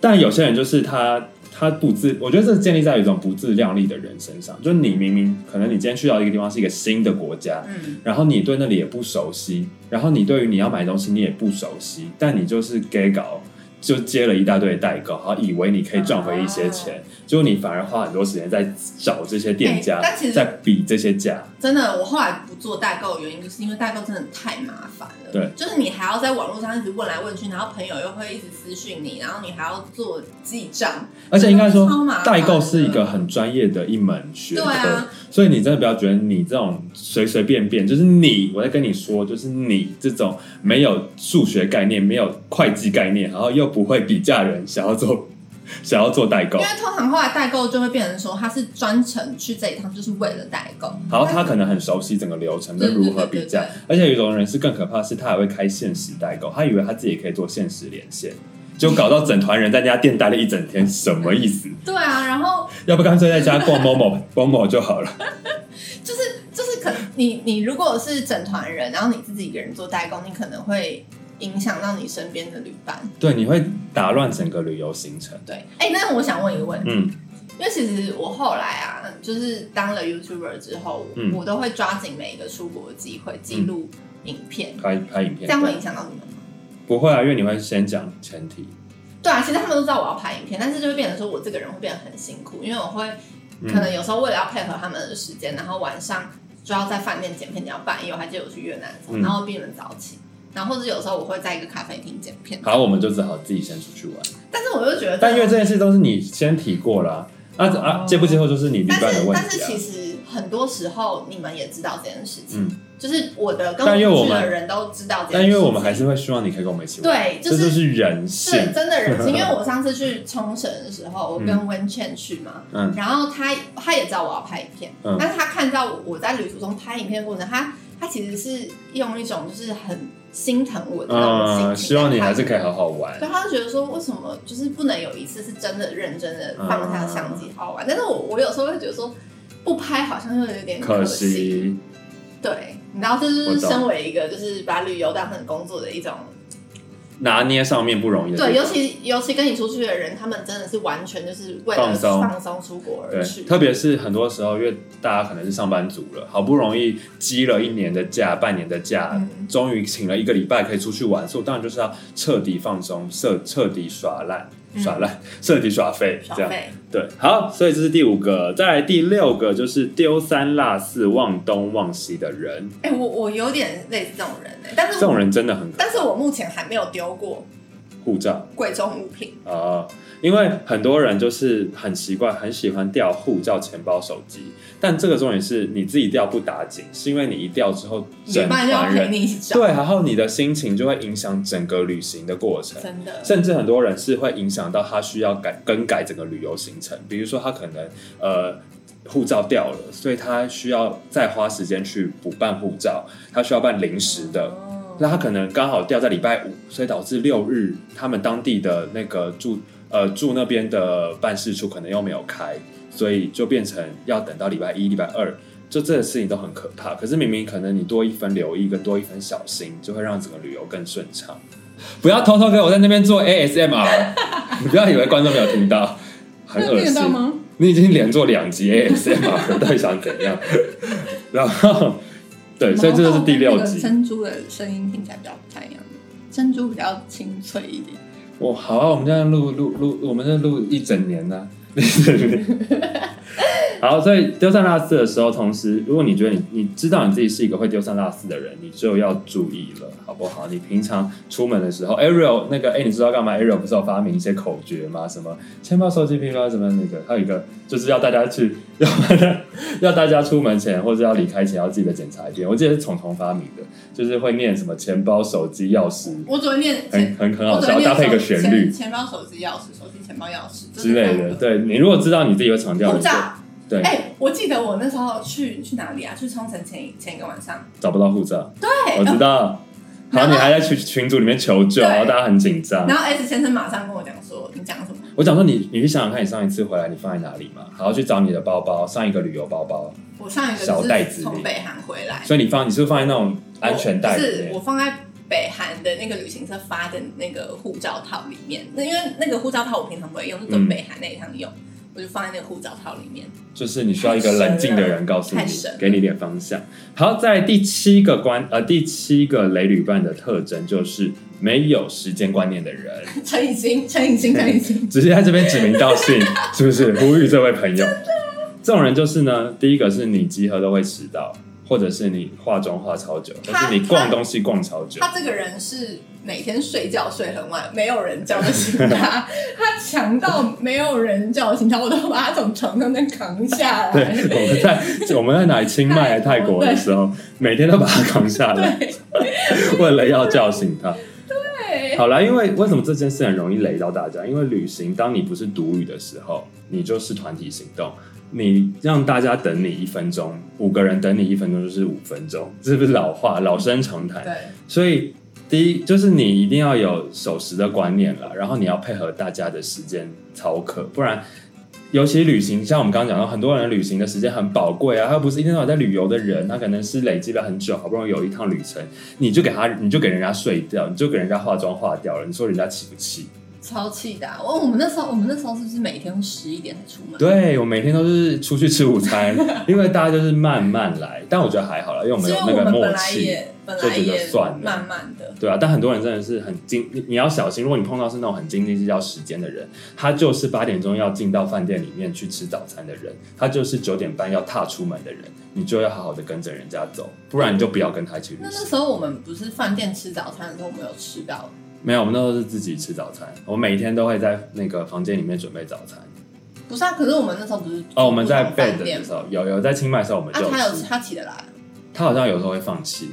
Speaker 1: 但有些人就是他。他不自，我觉得这是建立在一种不自量力的人身上。就是你明明可能你今天去到一个地方是一个新的国家，
Speaker 3: 嗯，
Speaker 1: 然后你对那里也不熟悉，然后你对于你要买东西你也不熟悉，但你就是 gay 搞，就接了一大堆代购，然后以为你可以赚回一些钱，结果你反而花很多时间在找这些店家
Speaker 3: 啊哎但其，实
Speaker 1: 在比这些价。
Speaker 3: 真的，我后来不做代购的原因，就是因为代购真的太麻烦了。
Speaker 1: 对，
Speaker 3: 就是你还要在网络上一直问来问去，然后朋友又会一直私讯你，然后你还要做记账。
Speaker 1: 而且应该说
Speaker 3: 超麻，烦的
Speaker 1: 代购是一个很专业的一门学科，
Speaker 3: 对啊
Speaker 1: 所以你真的不要觉得你这种随随便便，就是你，我在跟你说，就是你这种没有数学概念、没有会计概念，然后又不会比价人，想要做想要做代购
Speaker 3: 因为，通常后来代购就会变成说，他是专程去这一趟就是为了代购。
Speaker 1: 然后他可能很熟悉整个流程跟如何比价，而且有一种人是更可怕，是他还会开限时代购，他以为他自己可以做限时连线，就搞到整团人在那家店待了一整天，什么意 思？
Speaker 3: 对啊，然后
Speaker 1: 要不干脆在家逛某某 某某就好了。
Speaker 3: 就是就是可你你如果是整团人，然后你自己一个人做代购，你可能会影响到你身边的旅伴。
Speaker 1: 对，你会打乱整个旅游行程。
Speaker 3: 对，哎、那我想问一个问题，
Speaker 1: 嗯，
Speaker 3: 因为其实我后来啊，就是当了 YouTuber 之后，
Speaker 1: 嗯
Speaker 3: 我都会抓紧每一个出国的机会记录影片，
Speaker 1: 拍拍影
Speaker 3: 这
Speaker 1: 片，
Speaker 3: 样会
Speaker 1: 对
Speaker 3: 影响到你们吗？
Speaker 1: 不会啊，因为你会先讲前提，
Speaker 3: 对啊，其实他们都知道我要拍影片，但是就会变成说我这个人会变得很辛苦，因为我会
Speaker 1: 嗯
Speaker 3: 可能有时候为了要配合他们的时间，然后晚上就要在饭店剪片，剪到半夜。我还记得我去越南的时候，
Speaker 1: 嗯
Speaker 3: 然后比你们早起，然后或者有时候我会在一个咖啡厅剪片，
Speaker 1: 好，我们就只好自己先出去玩。
Speaker 3: 但是我就觉得，
Speaker 1: 但因为这件事都是你先提过啦、啊，啊
Speaker 3: 哦
Speaker 1: 接不接受就是你旅
Speaker 3: 但
Speaker 1: 伴的
Speaker 3: 是
Speaker 1: 问
Speaker 3: 但是
Speaker 1: 题啊
Speaker 3: 其。实很多时候你们也知道这件事情，
Speaker 1: 嗯，
Speaker 3: 就是我的跟
Speaker 1: 但因为
Speaker 3: 我
Speaker 1: 我
Speaker 3: 去
Speaker 1: 们
Speaker 3: 的人都知道这件事情，
Speaker 1: 但因为我们还是会希望你可以跟我们一起玩，
Speaker 3: 对，就。
Speaker 1: 这就是是人性
Speaker 3: 对，。真的人 性，因为我上次去冲绳的时候，我跟温倩去嘛，
Speaker 1: 嗯，
Speaker 3: 然后他他也知道我要拍影片，
Speaker 1: 嗯
Speaker 3: 但是他看到我在旅途中拍影片的过程，他他其实是用一种就是很心疼我的那种心情在拍、
Speaker 1: 嗯，希望你还是可以好好玩。
Speaker 3: 对，他就觉得说，为什么就是不能有一次是真的认真的
Speaker 1: 啊
Speaker 3: 放下相机好好玩？但是我我有时候会觉得说，不拍好像又有点
Speaker 1: 可
Speaker 3: 惜。
Speaker 1: 惜，
Speaker 3: 对，你知道，这就
Speaker 1: 我
Speaker 3: 是
Speaker 1: 懂
Speaker 3: 身为一个就是把旅游当成工作的一种，
Speaker 1: 拿捏上面不容易的地方。
Speaker 3: 对，尤其尤其跟你出去的人，他们真的是完全就是为了
Speaker 1: 放松
Speaker 3: 放松出国而
Speaker 1: 对，
Speaker 3: 去。
Speaker 1: 特别是很多时候，因为大家可能是上班族了，好不容易积了一年的假、半年的假
Speaker 3: 嗯，
Speaker 1: 终于请了一个礼拜可以出去玩，所以我当然就是要彻底放松，彻彻底耍烂、
Speaker 3: 嗯
Speaker 1: 耍烂、 彻底耍废，
Speaker 3: 小
Speaker 1: 这样
Speaker 3: 费，
Speaker 1: 对。好，所以这是第五个，再来第六个就是丢三落四、忘东忘西的人，
Speaker 3: 哎、我我有点类似这种人哎、但是
Speaker 1: 这
Speaker 3: 我
Speaker 1: 种人真的很可
Speaker 3: 但是我目前还没有丢过
Speaker 1: 护照。
Speaker 3: 贵重物品。
Speaker 1: 哦，因为很多人就是很奇怪，很喜欢掉护照、钱包、手机，但这个重点是你自己掉不打紧，是因为你一掉之后，
Speaker 3: 旅
Speaker 1: 整
Speaker 3: 伴就要
Speaker 1: 团
Speaker 3: 陪
Speaker 1: 人
Speaker 3: 你一起找，
Speaker 1: 对，然后你的心情就会影响整个旅行的过程。
Speaker 3: 真的，
Speaker 1: 甚至很多人是会影响到他需要改更改整个旅游行程，比如说他可能呃护照掉了，所以他需要再花时间去补办护照，他需要办临时的，
Speaker 3: 哦
Speaker 1: 那他可能刚好掉在礼拜五，所以导致六日他们当地的那个住呃住那边的办事处可能又没有开，所以就变成要等到礼拜一、礼拜二，就这个事情都很可怕。可是明明可能你多一分留意跟多一分小心，就会让整个旅游更顺畅。不要偷偷给我在那边做 ASMR，你 不要以为观众没有听到，很
Speaker 4: 那
Speaker 1: 恶
Speaker 4: 听得
Speaker 1: 心
Speaker 4: 到。吗？
Speaker 1: 你已经连做 两集 ASMR，了到底想怎样？然后对，所以这就是第六
Speaker 4: 然后那
Speaker 1: 集
Speaker 4: 个。珍珠的声音听起来比较不太一样，珍珠比较清脆一点。
Speaker 1: 哇，好啊，我们这样录录录，我们这录一整年呢、 好，所以丢三落四的时候，同时，如果你觉得你你知道你自己是一个会丢三落四的人，你就要注意了，好不好？你平常出门的时候，Ariel 那个，哎、你知道干嘛？Ariel 不是有呃发明一些口诀吗？什么钱包、手机、皮包，什么那个，还有一个就是要大家去，要大家要大家出门前或者要离开前要记得检查一遍。我记得是虫虫发明的，就是会念什么钱包、手机、钥匙，
Speaker 3: 我只会念
Speaker 1: 很
Speaker 3: 钱，
Speaker 1: 很哎很
Speaker 3: 我
Speaker 1: 好
Speaker 3: 只会
Speaker 1: 笑，
Speaker 3: 念
Speaker 1: 搭配一个
Speaker 3: 手
Speaker 1: 旋
Speaker 3: 钱
Speaker 1: 律。
Speaker 3: 钱包、手机、钥匙、手机、钱包、钥匙
Speaker 1: 之类的。。对你如果知道你自己会强调，
Speaker 3: 护
Speaker 1: 你就
Speaker 3: 照，
Speaker 1: 对、
Speaker 3: 哎、我记得我那时候去去哪里啊？去冲绳前一前一个晚上，
Speaker 1: 找不到护照，
Speaker 3: 对，
Speaker 1: 哦我知道。
Speaker 3: 然
Speaker 1: 然
Speaker 3: 后
Speaker 1: 后你还在群群组里面求救，
Speaker 3: 对
Speaker 1: 然后大家很紧张。
Speaker 3: 然后 S 先生马上跟我讲说，你讲什么？
Speaker 1: 我想说你，你去想想看，你上一次回来你放在哪里嘛？然后去找你的包包，上一个旅游包包，
Speaker 3: 我上一个
Speaker 1: 小袋
Speaker 3: 就
Speaker 1: 子
Speaker 3: 是
Speaker 1: 里
Speaker 3: 从北韩回来，
Speaker 1: 所以你放，你是不是放在那种安全带
Speaker 3: 不
Speaker 1: 里
Speaker 3: 哎是我
Speaker 1: 面？
Speaker 3: 放在北韩的那个旅行社发的那个护照套里面。那因为那个护照套我平常不会用，是
Speaker 1: 嗯
Speaker 3: 跟北韩那一趟用。我就放在那个护照套里面。
Speaker 1: 就是你需要一个冷静的人告诉你
Speaker 3: 太神了，
Speaker 1: 给你一点方向。好，在第七个关呃第七个雷旅伴的特征就是没有时间观念的人，
Speaker 3: 陈以欣，陈以欣，陈以 欣，
Speaker 1: 直接在这边指名道姓，是不是呼吁这位朋友？这种人就是呢，第一个是你集合都会迟到，或者是你化妆化超久，或
Speaker 3: 他
Speaker 1: 是你逛东西逛超久。
Speaker 3: 他这个人是每天睡觉睡很晚，没有人叫得醒 他，他强到没有人叫得醒他，我都把他从床上面扛下
Speaker 1: 对，
Speaker 3: 来。
Speaker 1: 我们在我们在哪里清迈、啊泰
Speaker 3: 泰国
Speaker 1: 国的时候，每天都把他扛下来，
Speaker 3: 对
Speaker 1: 为了要叫醒他。
Speaker 3: 对，
Speaker 1: 好啦，因为为什么这件事很容易雷到大家？因为旅行，当你不是独旅的时候，你就是团体行动。你让大家等你一分钟，五个人等你一分钟就是五分钟，是不是老话老生常谈？
Speaker 3: 对，
Speaker 1: 所以第一就是你一定要有守时的观念了，然后你要配合大家的时间操课，不然。尤其旅行，像我们刚刚讲到，很多人旅行的时间很宝贵啊，他又不是一天到晚在旅游的人，他可能是累积了很久，好不容易有一趟旅程，你就给他，你就给人家睡掉，你就给人家化妆化掉了，你说人家气不气？
Speaker 3: 超气的啊、我我们那时候，我们那时候是不是每天十一点才出门？，
Speaker 1: 对我每天都是出去吃午餐， 因为大家就是慢慢来，但我觉得还好了，因为我们
Speaker 3: 所以
Speaker 1: 有
Speaker 3: 我
Speaker 1: 那
Speaker 3: 们
Speaker 1: 个默
Speaker 3: 本来
Speaker 1: 契。
Speaker 3: 也本来
Speaker 1: 就觉得
Speaker 3: 也
Speaker 1: 算了
Speaker 3: 慢慢的，
Speaker 1: 对啊，但很多人真的是很精，你你要小心。如果你碰到是那种很斤斤计较时间的人，他就是八点钟要进到饭店里面去吃早餐的人，他就是九点半要踏出门的人，你就要好好的跟着人家走，不然你就不要跟他一起旅
Speaker 3: 那那
Speaker 1: 行。
Speaker 3: 时候我们不是饭店吃早餐的时候，我们有吃到，
Speaker 1: 没有，我们那时候是自己吃早餐，我每天都会在那个房间里面准备早餐。
Speaker 3: 不是啊？可是我们那时候不是
Speaker 1: 哦，我们在
Speaker 3: 住不同
Speaker 1: bed
Speaker 3: 饭店
Speaker 1: 的时候，有有在清迈的时候我们
Speaker 3: 啊，
Speaker 1: 就有
Speaker 3: 他有
Speaker 1: 吃，
Speaker 3: 他起得来，
Speaker 1: 他好像有时候会放弃，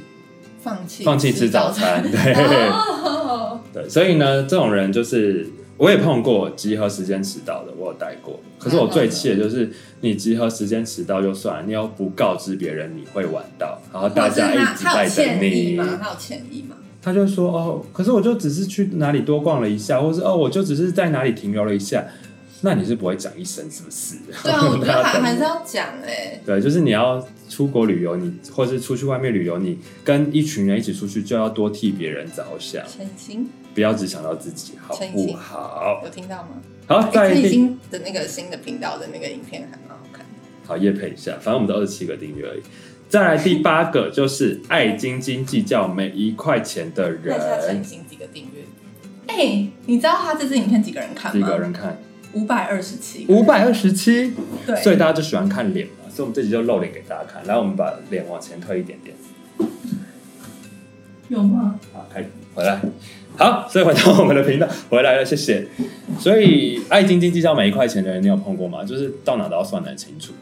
Speaker 3: 放弃
Speaker 1: 放弃吃早 餐，对。
Speaker 3: 哦，
Speaker 1: 对，所以呢，呃这种人就是我也碰过集合时间迟到的，我有带过。可是我最气的就是你集合时间迟到就算了，你又不告知别人你会晚到，然后大家一
Speaker 3: 或者
Speaker 1: 直
Speaker 3: 是他他
Speaker 1: 在
Speaker 3: 有
Speaker 1: 等
Speaker 3: 歉意
Speaker 1: 你
Speaker 3: 吗？。他有歉意吗？
Speaker 1: 他就说哦，可是我就只是去哪里多逛了一下，或是哦，我就只是在哪里停留了一下。那你是不会讲一声是不是？
Speaker 3: 对 啊，我觉得
Speaker 1: 大家
Speaker 3: 还
Speaker 1: 等
Speaker 3: 还
Speaker 1: 你
Speaker 3: 是要讲哎、
Speaker 1: 对，就是你要出国旅游，你或是出去外面旅游，你跟一群人一起出去，就要多替别人着想，
Speaker 3: 陈以欣
Speaker 1: 不要只想到自己，好
Speaker 3: 陈怡
Speaker 1: 不好？
Speaker 3: 有听到吗？
Speaker 1: 好，
Speaker 3: 哎
Speaker 1: 在
Speaker 3: 陈以
Speaker 1: 第
Speaker 3: 欣的那个新的频道的那个影片还蛮好看的，
Speaker 1: 好夜配一下，反正我们都二十七个订阅而已。再来第八个就是爱斤斤计较每一块钱的
Speaker 3: 看一下陈以
Speaker 1: 人，
Speaker 3: 欣几个订阅。哎、你知道他这支影片几个人看
Speaker 1: 几
Speaker 3: 吗？
Speaker 1: 个人看
Speaker 3: 五百二十七。
Speaker 1: 五百二十七，
Speaker 3: 嗯对，
Speaker 1: 所以大家就喜欢看脸嘛，所以我们这集就露脸给大家看。来，我们把脸往前推一点点，
Speaker 3: 有吗？
Speaker 1: 好，开始回来。好，所以回到我们的频道，回来了，谢谢。所以爱斤斤计较每一块钱的人，你有碰过吗？就是到哪都要算得很清楚。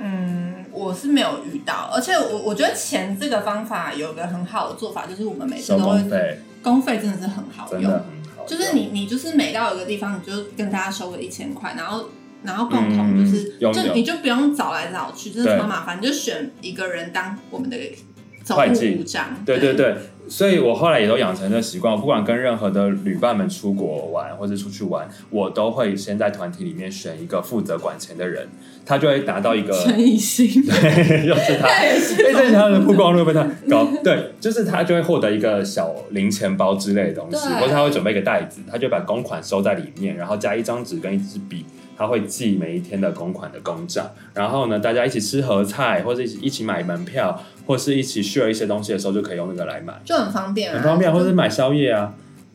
Speaker 3: 嗯，我是没有遇到，而且我我觉得钱这个方法有个很好的做法，就是我们每次
Speaker 1: 收
Speaker 3: 都会
Speaker 1: 工费
Speaker 3: 公费真的是很好
Speaker 1: 真
Speaker 3: 用
Speaker 1: 的，很好用，
Speaker 3: 就是你你就是每到一个地方，你就跟大家收个一千块，然后然后共同就
Speaker 1: 嗯
Speaker 3: 是、
Speaker 1: 拥有
Speaker 3: 就你就不用找来找去，真的
Speaker 1: 对
Speaker 3: 超麻烦，你就选一个人当我们的总
Speaker 1: 会计
Speaker 3: 务长。
Speaker 1: 对对，对，所以我后来也都养成这习惯，我不管跟任何的旅伴们出国玩或者出去玩，我都会先在团体里面选一个负责管钱的人，他就会拿到一个，
Speaker 3: 陈以欣，
Speaker 1: 又是他。
Speaker 3: 他也是
Speaker 1: 哎，这他的曝光率被他高，对，就是他就会获得一个小零钱包之类的东西，
Speaker 3: 对
Speaker 1: 或者他会准备一个袋子，他就把公款收在里面，然后加一张纸跟一支笔，他会记每一天的公款的公账。然后呢，大家一起吃盒菜，或者一起一起买门票，或是一起 share 一些东西的时候，就可以用那个来买。
Speaker 3: 就很方便、啊，
Speaker 1: 很方便，或者是买宵夜啊。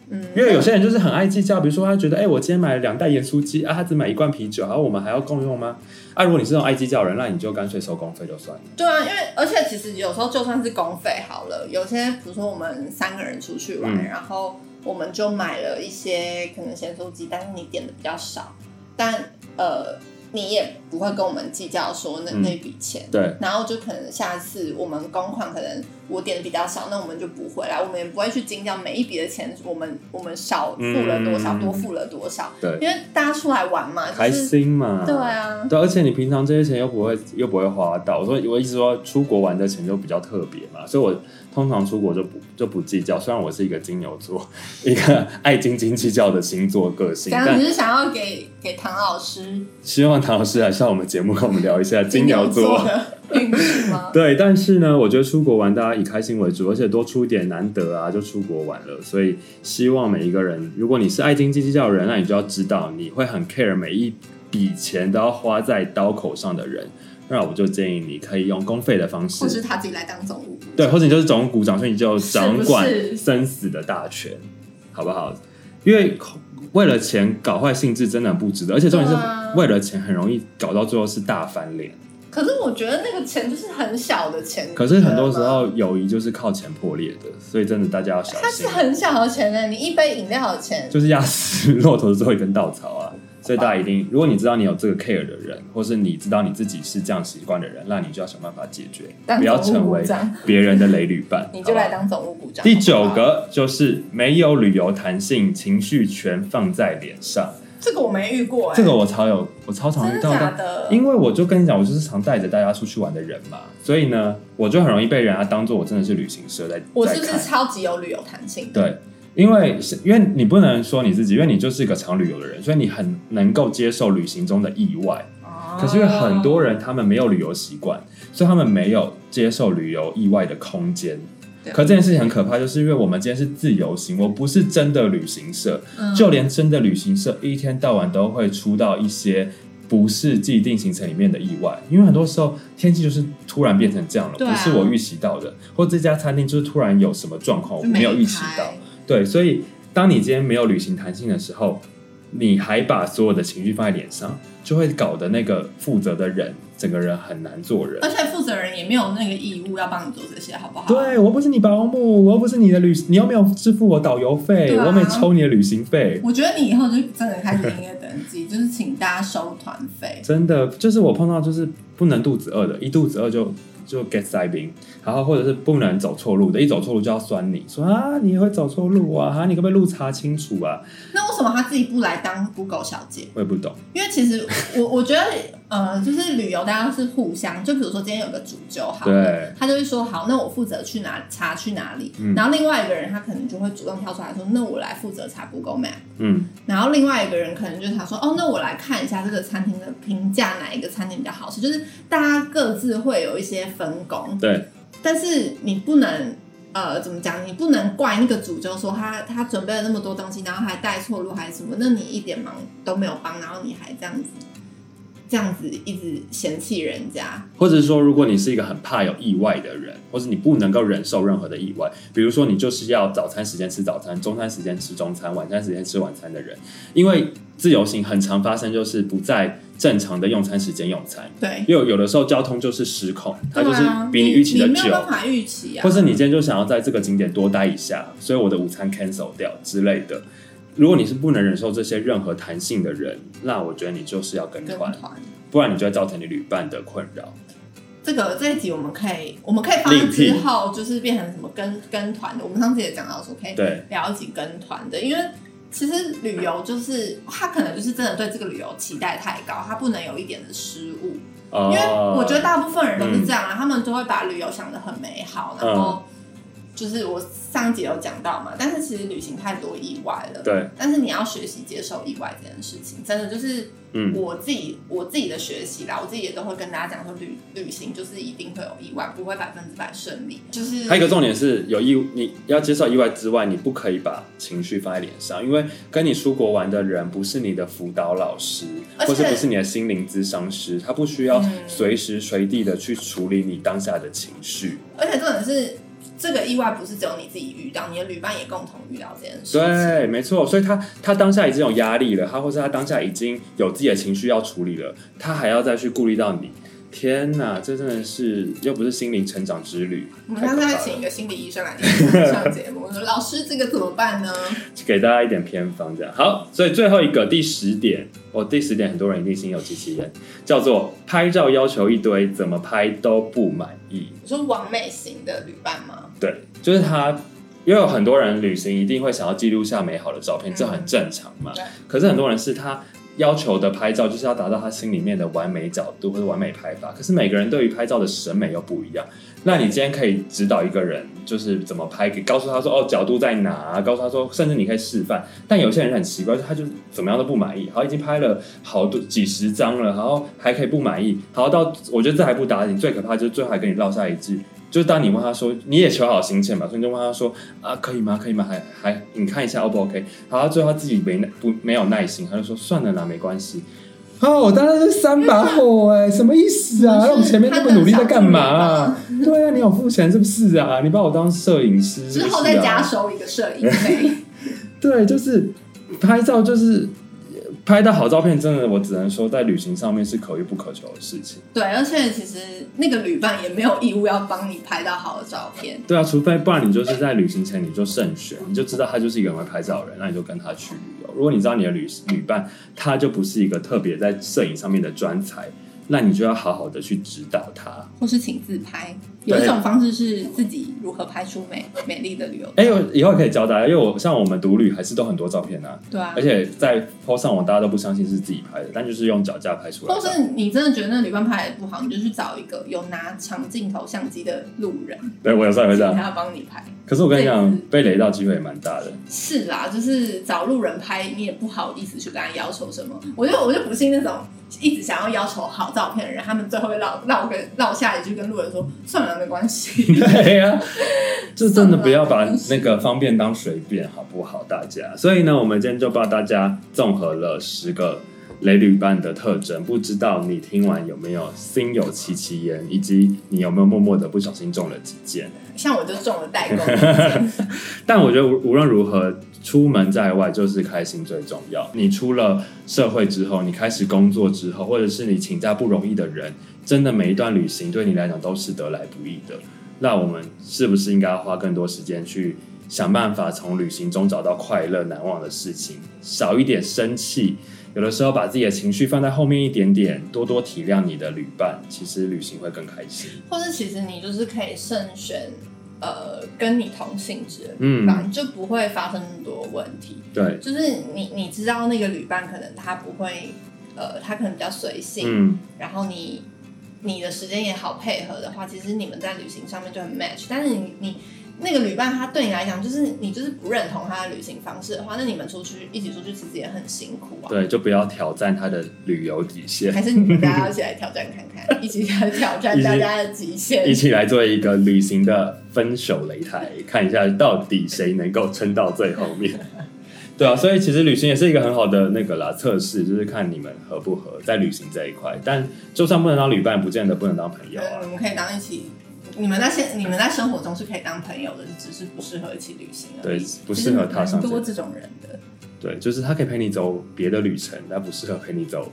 Speaker 3: 嗯，
Speaker 1: 因为有些人就是很爱计较，比如说他觉得，哎、我今天买了两袋盐酥鸡啊，他只买一罐啤酒，然、后我们还要共用吗？啊，如果你是那种爱计较的人，那你就干脆收工费就算了。
Speaker 3: 对啊，因为而且其实有时候就算是公费好了，有些比如说我们三个人出去玩，
Speaker 1: 嗯
Speaker 3: 然后我们就买了一些可能咸酥鸡，但是你点的比较少，但呃你也不会跟我们计较说那、
Speaker 1: 嗯
Speaker 3: 那笔钱。
Speaker 1: 对，
Speaker 3: 然后就可能下次我们公款可能我点的比较少，那我们就补回来，我们也不会去计较每一笔的钱，我们我们少付了多少，
Speaker 1: 嗯
Speaker 3: 多付了多少，
Speaker 1: 对
Speaker 3: 因为大家出来玩嘛，
Speaker 1: 开
Speaker 3: 就是
Speaker 1: 心嘛。
Speaker 3: 对。啊，
Speaker 1: 对，而且你平常这些钱又不会又不会花到，我说我一直说出国玩的钱就比较特别嘛，所以我通常出国就不就不计较。虽然我是一个金牛座，一个 爱斤斤计较的星座个性，
Speaker 3: 刚刚
Speaker 1: 但
Speaker 3: 你是想要给给唐老师
Speaker 1: 希望唐老师来上我们节目，跟我们聊一下金牛座。
Speaker 3: 的运势吗？
Speaker 1: 对，但是呢，我觉得出国玩大家以开心为主，而且多出一点难得啊，就出国玩了。所以希望每一个人，如果你是爱斤斤计较的人，那你就要知道你会很 care 每一笔钱都要花在刀口上的人，那我就建议你可以用公费的方
Speaker 4: 或是
Speaker 1: 式，
Speaker 4: 他自己来当总务部，
Speaker 1: 对，或者你就是总务股长，所以你就掌管
Speaker 4: 是不是
Speaker 1: 生死的大权，好不好？因为为了钱搞坏性质真的很不值得，而且重点
Speaker 4: 对啊
Speaker 1: 是为了钱很容易搞到最后是大翻脸。
Speaker 4: 可是我觉得那个钱就是很小的钱，
Speaker 1: 可是很多
Speaker 4: 你
Speaker 1: 时
Speaker 4: 觉得吗。
Speaker 1: 候友谊就是靠钱破裂的，所以真的大家要小
Speaker 4: 它
Speaker 1: 心
Speaker 4: 是，很小的钱呢，你一杯饮料的钱，
Speaker 1: 就是压死骆驼的最后一根稻草啊。所以大家一定，如果你知道你有这个 care 的人，或是你知道你自己是这样习惯的人，那你就要想办法解决，
Speaker 4: 当
Speaker 1: 不要
Speaker 4: 总务
Speaker 1: 成为
Speaker 4: 股长
Speaker 1: 别人的雷旅伴。
Speaker 4: 你就来
Speaker 1: 好吧
Speaker 4: 当总务股长。
Speaker 1: 第
Speaker 4: 好
Speaker 1: 九
Speaker 4: 不好，
Speaker 1: 个就是没有旅游弹性，情绪全放在脸上。
Speaker 4: 这个我没遇过
Speaker 3: 欸
Speaker 4: 哎，
Speaker 1: 这个我超有，我超常遇
Speaker 4: 真的
Speaker 1: 到
Speaker 4: 假的？
Speaker 1: 的。因为我就跟你讲，我就是常带着大家出去玩的人嘛，所以呢，我就很容易被人家当做我真的是旅行社在
Speaker 4: 我
Speaker 1: 在
Speaker 4: 是不是
Speaker 1: 看
Speaker 4: 超级有旅游弹性？
Speaker 1: 对，因为是因为你不能说你自己，因为你就是一个常旅游的人，所以你很能够接受旅行中的意外。
Speaker 3: 哦
Speaker 1: 可是因为很多人他们没有旅游习惯，所以他们没有接受旅游意外的空间。
Speaker 4: 对
Speaker 1: 可这件事情很可怕，就是因为我们今天是自由行，我不是真的旅行社，
Speaker 3: 嗯
Speaker 1: 就连真的旅行社一天到晚都会出到一些不是既定行程里面的意外，因为很多时候天气就是突然变成这样了，
Speaker 3: 对啊
Speaker 1: 不是我预期到的，或这家餐厅就是突然有什么状况，我
Speaker 3: 就没
Speaker 1: 没有预期
Speaker 3: 开
Speaker 1: 到。对，所以当你今天没有旅行弹性的时候，你还把所有的情绪放在脸上，就会搞得那个负责的人整个人很难做人
Speaker 3: 而。且负责人也没有那个义务要帮你做这些，好不好？
Speaker 1: 对，我不是你保姆，我又不是你的旅，你又没有支付我导游费，
Speaker 3: 对啊
Speaker 1: 我又没抽你的旅行费。
Speaker 3: 我觉得你以后就真的开始营业登记， 就是请大家收团费。
Speaker 1: 真的，就是我碰到就是不能肚子饿的，一肚子饿就就 get 塞冰，然后或者是不能走错路的，一走错路就要酸你说啊，你会走错路啊，啊，你可不可以路查清楚啊？
Speaker 3: 那为什么他自己不来当 Google 小姐？
Speaker 1: 我也不懂，
Speaker 3: 因为其实我我觉得，呃，就是旅游大家是互相，就比如说今天有个主揪好了，
Speaker 1: 对
Speaker 3: 他就会说好，那我负责去哪查去哪里，
Speaker 1: 嗯
Speaker 3: 然后另外一个人他可能就会主动跳出来说，那我来负责查 Google Map，
Speaker 1: 嗯，
Speaker 3: 然后另外一个人可能就是他说，哦，那我来看一下这个餐厅的评价，哪一个餐厅比较好吃，就是大家各自会有一些分工，
Speaker 1: 对，
Speaker 3: 但是你不能。呃，怎么讲？你不能怪那个主揪说他他准备了那么多东西，然后还带错路还是什么？那你一点忙都没有帮，然后你还这样子这样子一直嫌弃人家，
Speaker 1: 或者是说，如果你是一个很怕有意外的人，或者你不能够忍受任何的意外，比如说你就是要早餐时间吃早餐，中餐时间吃中餐，晚餐时间吃晚餐的人，因为自由行很常发生就是不在正常的用餐时间用餐。
Speaker 3: 对，
Speaker 1: 因为有的时候交通就是失控，它就是
Speaker 3: 对啊
Speaker 1: 比你预期的
Speaker 3: 你没
Speaker 1: 久，
Speaker 3: 有办法预期啊
Speaker 1: 或。是你今天就想要在这个景点多待一下，所以我的午餐 cancel 掉之类的。如果你是不能忍受这些任何弹性的人，那我觉得你就是要跟
Speaker 3: 跟
Speaker 1: 团，
Speaker 3: 团，
Speaker 1: 不然你就会造成你旅伴的困扰。
Speaker 3: 这个这一集我们可以，我们可以放在
Speaker 1: 另辟
Speaker 3: 之后，就是变成什么跟跟团的。我们上次也讲到说，可以
Speaker 1: 对
Speaker 3: 聊一起跟团的，因为其实旅游就是他可能就是真的对这个旅游期待太高，他不能有一点的失误。
Speaker 1: 哦，嗯
Speaker 3: 因为我觉得大部分人都是这样啊，他们就会把旅游想得很美好，然后就是我上一集有讲到嘛，但是其实旅行太多意外了，
Speaker 1: 对，
Speaker 3: 但是你要学习接受意外这件事情，真的就是
Speaker 1: 嗯
Speaker 3: 我自己、我自己的学习啦，我自己也都会跟大家讲说旅旅行就是一定会有意外，不会百分之百顺利，就是
Speaker 1: 还有一个重点是，有意你要接受意外之外，你不可以把情绪放在脸上，因为跟你出国玩的人不是你的辅导老师，
Speaker 3: 而
Speaker 1: 或
Speaker 3: 且
Speaker 1: 是不是你的心灵咨商师，他不需要
Speaker 3: 嗯
Speaker 1: 随时随地的去处理你当下的情绪。
Speaker 3: 而且重点是这个意外不是只有你自己遇到，你的旅伴也共同遇到这件事情。
Speaker 1: 对，没错，所以他他当下已经有压力了，他或是他当下已经有自己的情绪要处理了，他还要再去顾虑到你。天哪，这真的是又不是心灵成长之旅，
Speaker 3: 我们
Speaker 1: 太
Speaker 3: 下
Speaker 1: 可
Speaker 3: 次
Speaker 1: 怕
Speaker 3: 要
Speaker 1: 了
Speaker 3: 请一个心理医生来听上节目，我说老师这个怎么办呢？
Speaker 1: 给大家一点偏方这样。好，所以最后一个第十点，哦，第十点很多人一定心有戚戚焉，叫做拍照要求一堆，怎么拍都不满意。
Speaker 3: 你说完美型的旅伴吗？
Speaker 1: 对，就是他，因为有很多人旅行一定会想要记录下美好的照片，这很正常嘛
Speaker 3: 对。
Speaker 1: 可是很多人是他要求的拍照就是要达到他心里面的完美角度或者完美拍法，可是每个人对于拍照的审美又不一样。那你今天可以指导一个人，就是怎么拍，给告诉他说哦角度在哪、告诉他说，甚至你可以示范。但有些人很奇怪，就是他就是怎么样都不满意，好已经拍了好多几十张了，然后还可以不满意，好到我觉得这还不打紧，最可怕就是最后还跟你落下一句。就是当你问他说，你也求好心切嘛，所以你就问他说啊，可以吗？可以吗？还还哦你看一下 O 不 OK？然后他最后他自己没耐不没有耐心，他就说算了啦，没关系。啊，我当然是三把火哎、什么意思啊？
Speaker 3: 就是
Speaker 1: 那我们前面那么努力在干嘛、
Speaker 3: 他
Speaker 1: 啊？对啊，你有付钱是不是啊？你把我当摄影师是
Speaker 3: 之
Speaker 1: 不是啊、
Speaker 3: 后再加收一个摄 影费，
Speaker 1: 对，就是拍照，就是拍到好照片，真的我只能说在旅行上面是可遇不可求的事情。
Speaker 3: 对，而且其实那个旅伴也没有义务要帮你拍到好的照片，
Speaker 1: 对啊，除非不然你就是在旅行前你就慎选，你就知道他就是一个很会拍照的人，那你就跟他去旅游。如果你知道你的旅旅伴他就不是一个特别在摄影上面的专才，那你就要好好的去指导他。
Speaker 3: 或是请自拍。有一种方式是自己如何拍出美美丽的旅游，
Speaker 1: 哎、我以后也可以教大家，因为我像我们独旅还是都很多照片啊，
Speaker 3: 对啊
Speaker 1: 而。且在 PO 上网大家都不相信是自己拍的，但就是用脚架拍出来
Speaker 3: 或
Speaker 1: 的。
Speaker 3: 是你真的觉得那旅伴拍的不好，你就去找一个有拿长镜头相机的路人，
Speaker 1: 对我有时候也会这
Speaker 3: 请
Speaker 1: 样，
Speaker 3: 他帮你拍。
Speaker 1: 可是我跟你
Speaker 3: 类
Speaker 1: 讲
Speaker 3: 似，
Speaker 1: 被雷到机会也蛮大的。
Speaker 3: 是啦，就是找路人拍，你也不好意思去跟他要求什么。我就我就不信那种一直想要要求好照片的人，他们最后会落落跟落下一句跟路人说算了，没关系。
Speaker 1: 对呀、就真的不要把那个方便当随便，好不好？大家。所以呢，我们今天就帮大家综合了十个雷旅伴的特征，不知道你听完有没有心有戚戚焉，以及你有没有默默的不小心中了几箭。
Speaker 3: 像我就中了代沟意见，
Speaker 1: 但我觉得无无论如何，出门在外就是开心最重要。你出了社会之后，你开始工作之后，或者是你请假不容易的人，真的每一段旅行对你来讲都是得来不易的。那我们是不是应该要花更多时间去想办法从旅行中找到快乐、难忘的事情，少一点生气？有的时候把自己的情绪放在后面一点点，多多体谅你的旅伴，其实旅行会更开心。
Speaker 3: 或是其实你就是可以慎选呃跟你同性质的旅伴，
Speaker 1: 嗯，
Speaker 3: 就不会发生那么多问题。
Speaker 1: 对，
Speaker 3: 就是你你知道那个旅伴可能他不会呃，他可能比较随性，
Speaker 1: 嗯，
Speaker 3: 然后你你的时间也好配合的话，其实你们在旅行上面就很 match。但是你你那个旅伴他对你来讲，就是你就是不认同他的旅行方式的话，那你们出去一起出去其实也很辛苦啊。
Speaker 1: 对，就不要挑战他的旅游底线。
Speaker 3: 还是你们大家一起来挑战看看，一起来挑战大家的极限
Speaker 1: 一。起来做一个旅行的分手擂台，看一下到底谁能够撑到最后面。对啊，所以其实旅行也是一个很好的那个啦测试，就是看你们合不合在旅行这一块。但就算不能当旅伴，不见得不能当朋友
Speaker 3: 嗯，
Speaker 1: 啊。
Speaker 3: 你们可以当一起，你们在现你们在生活中是可以当朋友的，只是不适合一起旅行而
Speaker 1: 对
Speaker 3: 已。，
Speaker 1: 不适合踏上这
Speaker 3: 就是蛮多这种人的。
Speaker 1: 对，就是他可以陪你走别的旅程，但不适合陪你走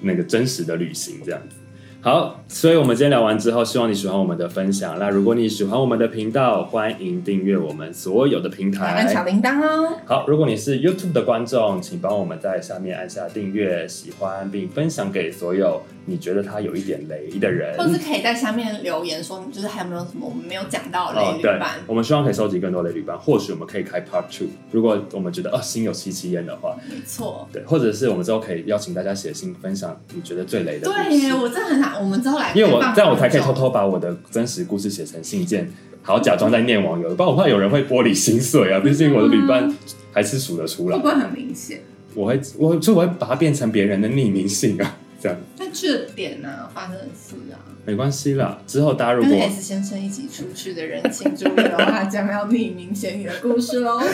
Speaker 1: 那个真实的旅行这样子。好，所以我们今天聊完之后，希望你喜欢我们的分享。那如果你喜欢我们的频道，欢迎订阅我们所有的平台，
Speaker 3: 按小铃铛哦。
Speaker 1: 好，如果你是 YouTube 的观众，请帮我们在下面按下订阅、喜欢，并分享给所有你觉得他有一点雷的人。
Speaker 3: 或是可以在下面留言说，你就是还有没有什么我们没有讲到的
Speaker 1: 哦，
Speaker 3: 旅
Speaker 1: 对
Speaker 3: 伴，，
Speaker 1: 我们希望可以收集更多的旅伴，或许我们可以开 Part Two。如果我们觉得哦心有戚戚焉的话，
Speaker 3: 没错。
Speaker 1: 对，或者是我们之后可以邀请大家写信分享你觉得最雷的故事。
Speaker 3: 对耶，我真的很想，我们之后来，
Speaker 1: 因为我这样我才可以偷。偷把我的真实故事写成信件，好假装在念网友，不然我怕有人会玻璃心碎啊。毕竟我的旅
Speaker 3: 嗯
Speaker 1: 伴还是数得出
Speaker 3: 会
Speaker 1: 来
Speaker 3: 不，会很明显？
Speaker 1: 我会我所以我会把它变成别人的匿名信啊， 这样。
Speaker 3: 但去的点啊，发生的事啊，
Speaker 1: 没关系啦，之后大家如
Speaker 3: 跟
Speaker 1: 果
Speaker 3: S 先生一起出去的人，请注意哦，他将要匿名写你的故事哦 喽。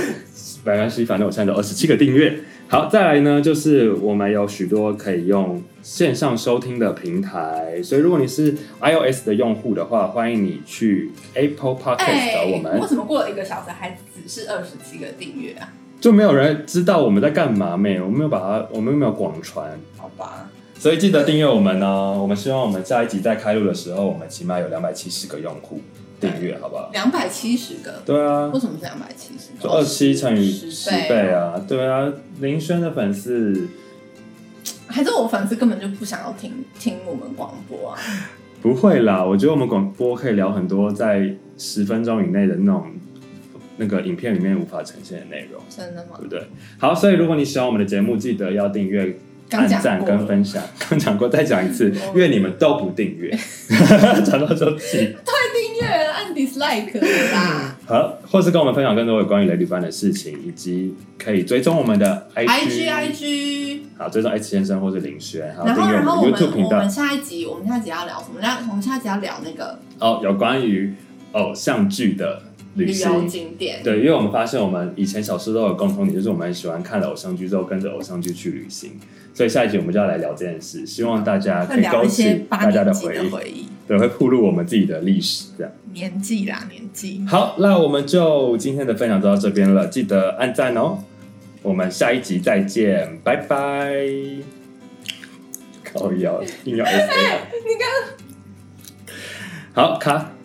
Speaker 1: 没关系，反正我现在有二十七个订阅。好，再来呢，就是我们有许多可以用线上收听的平台，所以如果你是 iOS 的用户的话，欢迎你去 Apple
Speaker 3: 哎
Speaker 1: Podcast 找我们
Speaker 3: 为。什么过了一个小时还只是二十七个订阅啊？
Speaker 1: 就没有人知道我们在干嘛没？我们没有把它，我们没有广传，
Speaker 3: 好吧，
Speaker 1: 所以记得订阅我们哦。我们希望我们下一集在开录的时候，我们起码有两百七十个用户订阅，好不好？
Speaker 3: 两百七十个，
Speaker 1: 对啊
Speaker 3: 为，什么是两百七十？
Speaker 1: 就二七乘以
Speaker 3: 十哦
Speaker 1: 十倍，啊，对啊，林轩的粉丝。
Speaker 3: 还是我粉丝根本就不想要听听我们广播啊？
Speaker 1: 不会啦，我觉得我们广播可以聊很多在十分钟以内的那种那个影片里面无法呈现的内容，
Speaker 3: 真的吗
Speaker 1: 对？不对？好，所以如果你喜欢我们的节目，记得要订阅、
Speaker 3: 刚
Speaker 1: 按
Speaker 3: 讲过
Speaker 1: 赞跟分享。刚讲过，再讲一 次，因为你们都不订阅， 讲到就气。
Speaker 3: 订阅按 dislike 了啦。
Speaker 1: 好，或是跟我们分享更多有关于雷旅班的事情，以及可以追踪我们的
Speaker 3: IG
Speaker 1: IG。
Speaker 3: IG，
Speaker 1: 好，追踪 H 先生或是林轩，还有啊
Speaker 3: 然
Speaker 1: 订
Speaker 3: 后
Speaker 1: 阅
Speaker 3: 然后
Speaker 1: 我
Speaker 3: 我
Speaker 1: 们
Speaker 3: 们
Speaker 1: YouTube 频
Speaker 3: 我
Speaker 1: 道
Speaker 3: 们。下一集我们下一集要聊什么？聊我们下一集要聊那个
Speaker 1: 哦，有关于偶像剧的旅
Speaker 4: 游
Speaker 1: 行。
Speaker 4: 景点，
Speaker 1: 对，因为我们发现我们以前小时候都有共同点，就是我们很喜欢看了偶像剧之后跟着偶像剧去旅行。所以下一集我们就要来聊这件事，希望大家
Speaker 3: 会
Speaker 1: 可以
Speaker 3: 聊
Speaker 1: 勾
Speaker 3: 一些
Speaker 1: 起
Speaker 3: 八
Speaker 1: 大家
Speaker 3: 年级
Speaker 1: 回
Speaker 3: 的
Speaker 1: 忆，
Speaker 3: 回忆，
Speaker 1: 对，会铺路我们自己的历史这样。
Speaker 3: 年纪啦，年纪。
Speaker 1: 好，那我们就今天的分享就到这边了，记得按赞哦。我们下一集再见，拜拜。 靠腰，硬要 S A。你看，好，卡。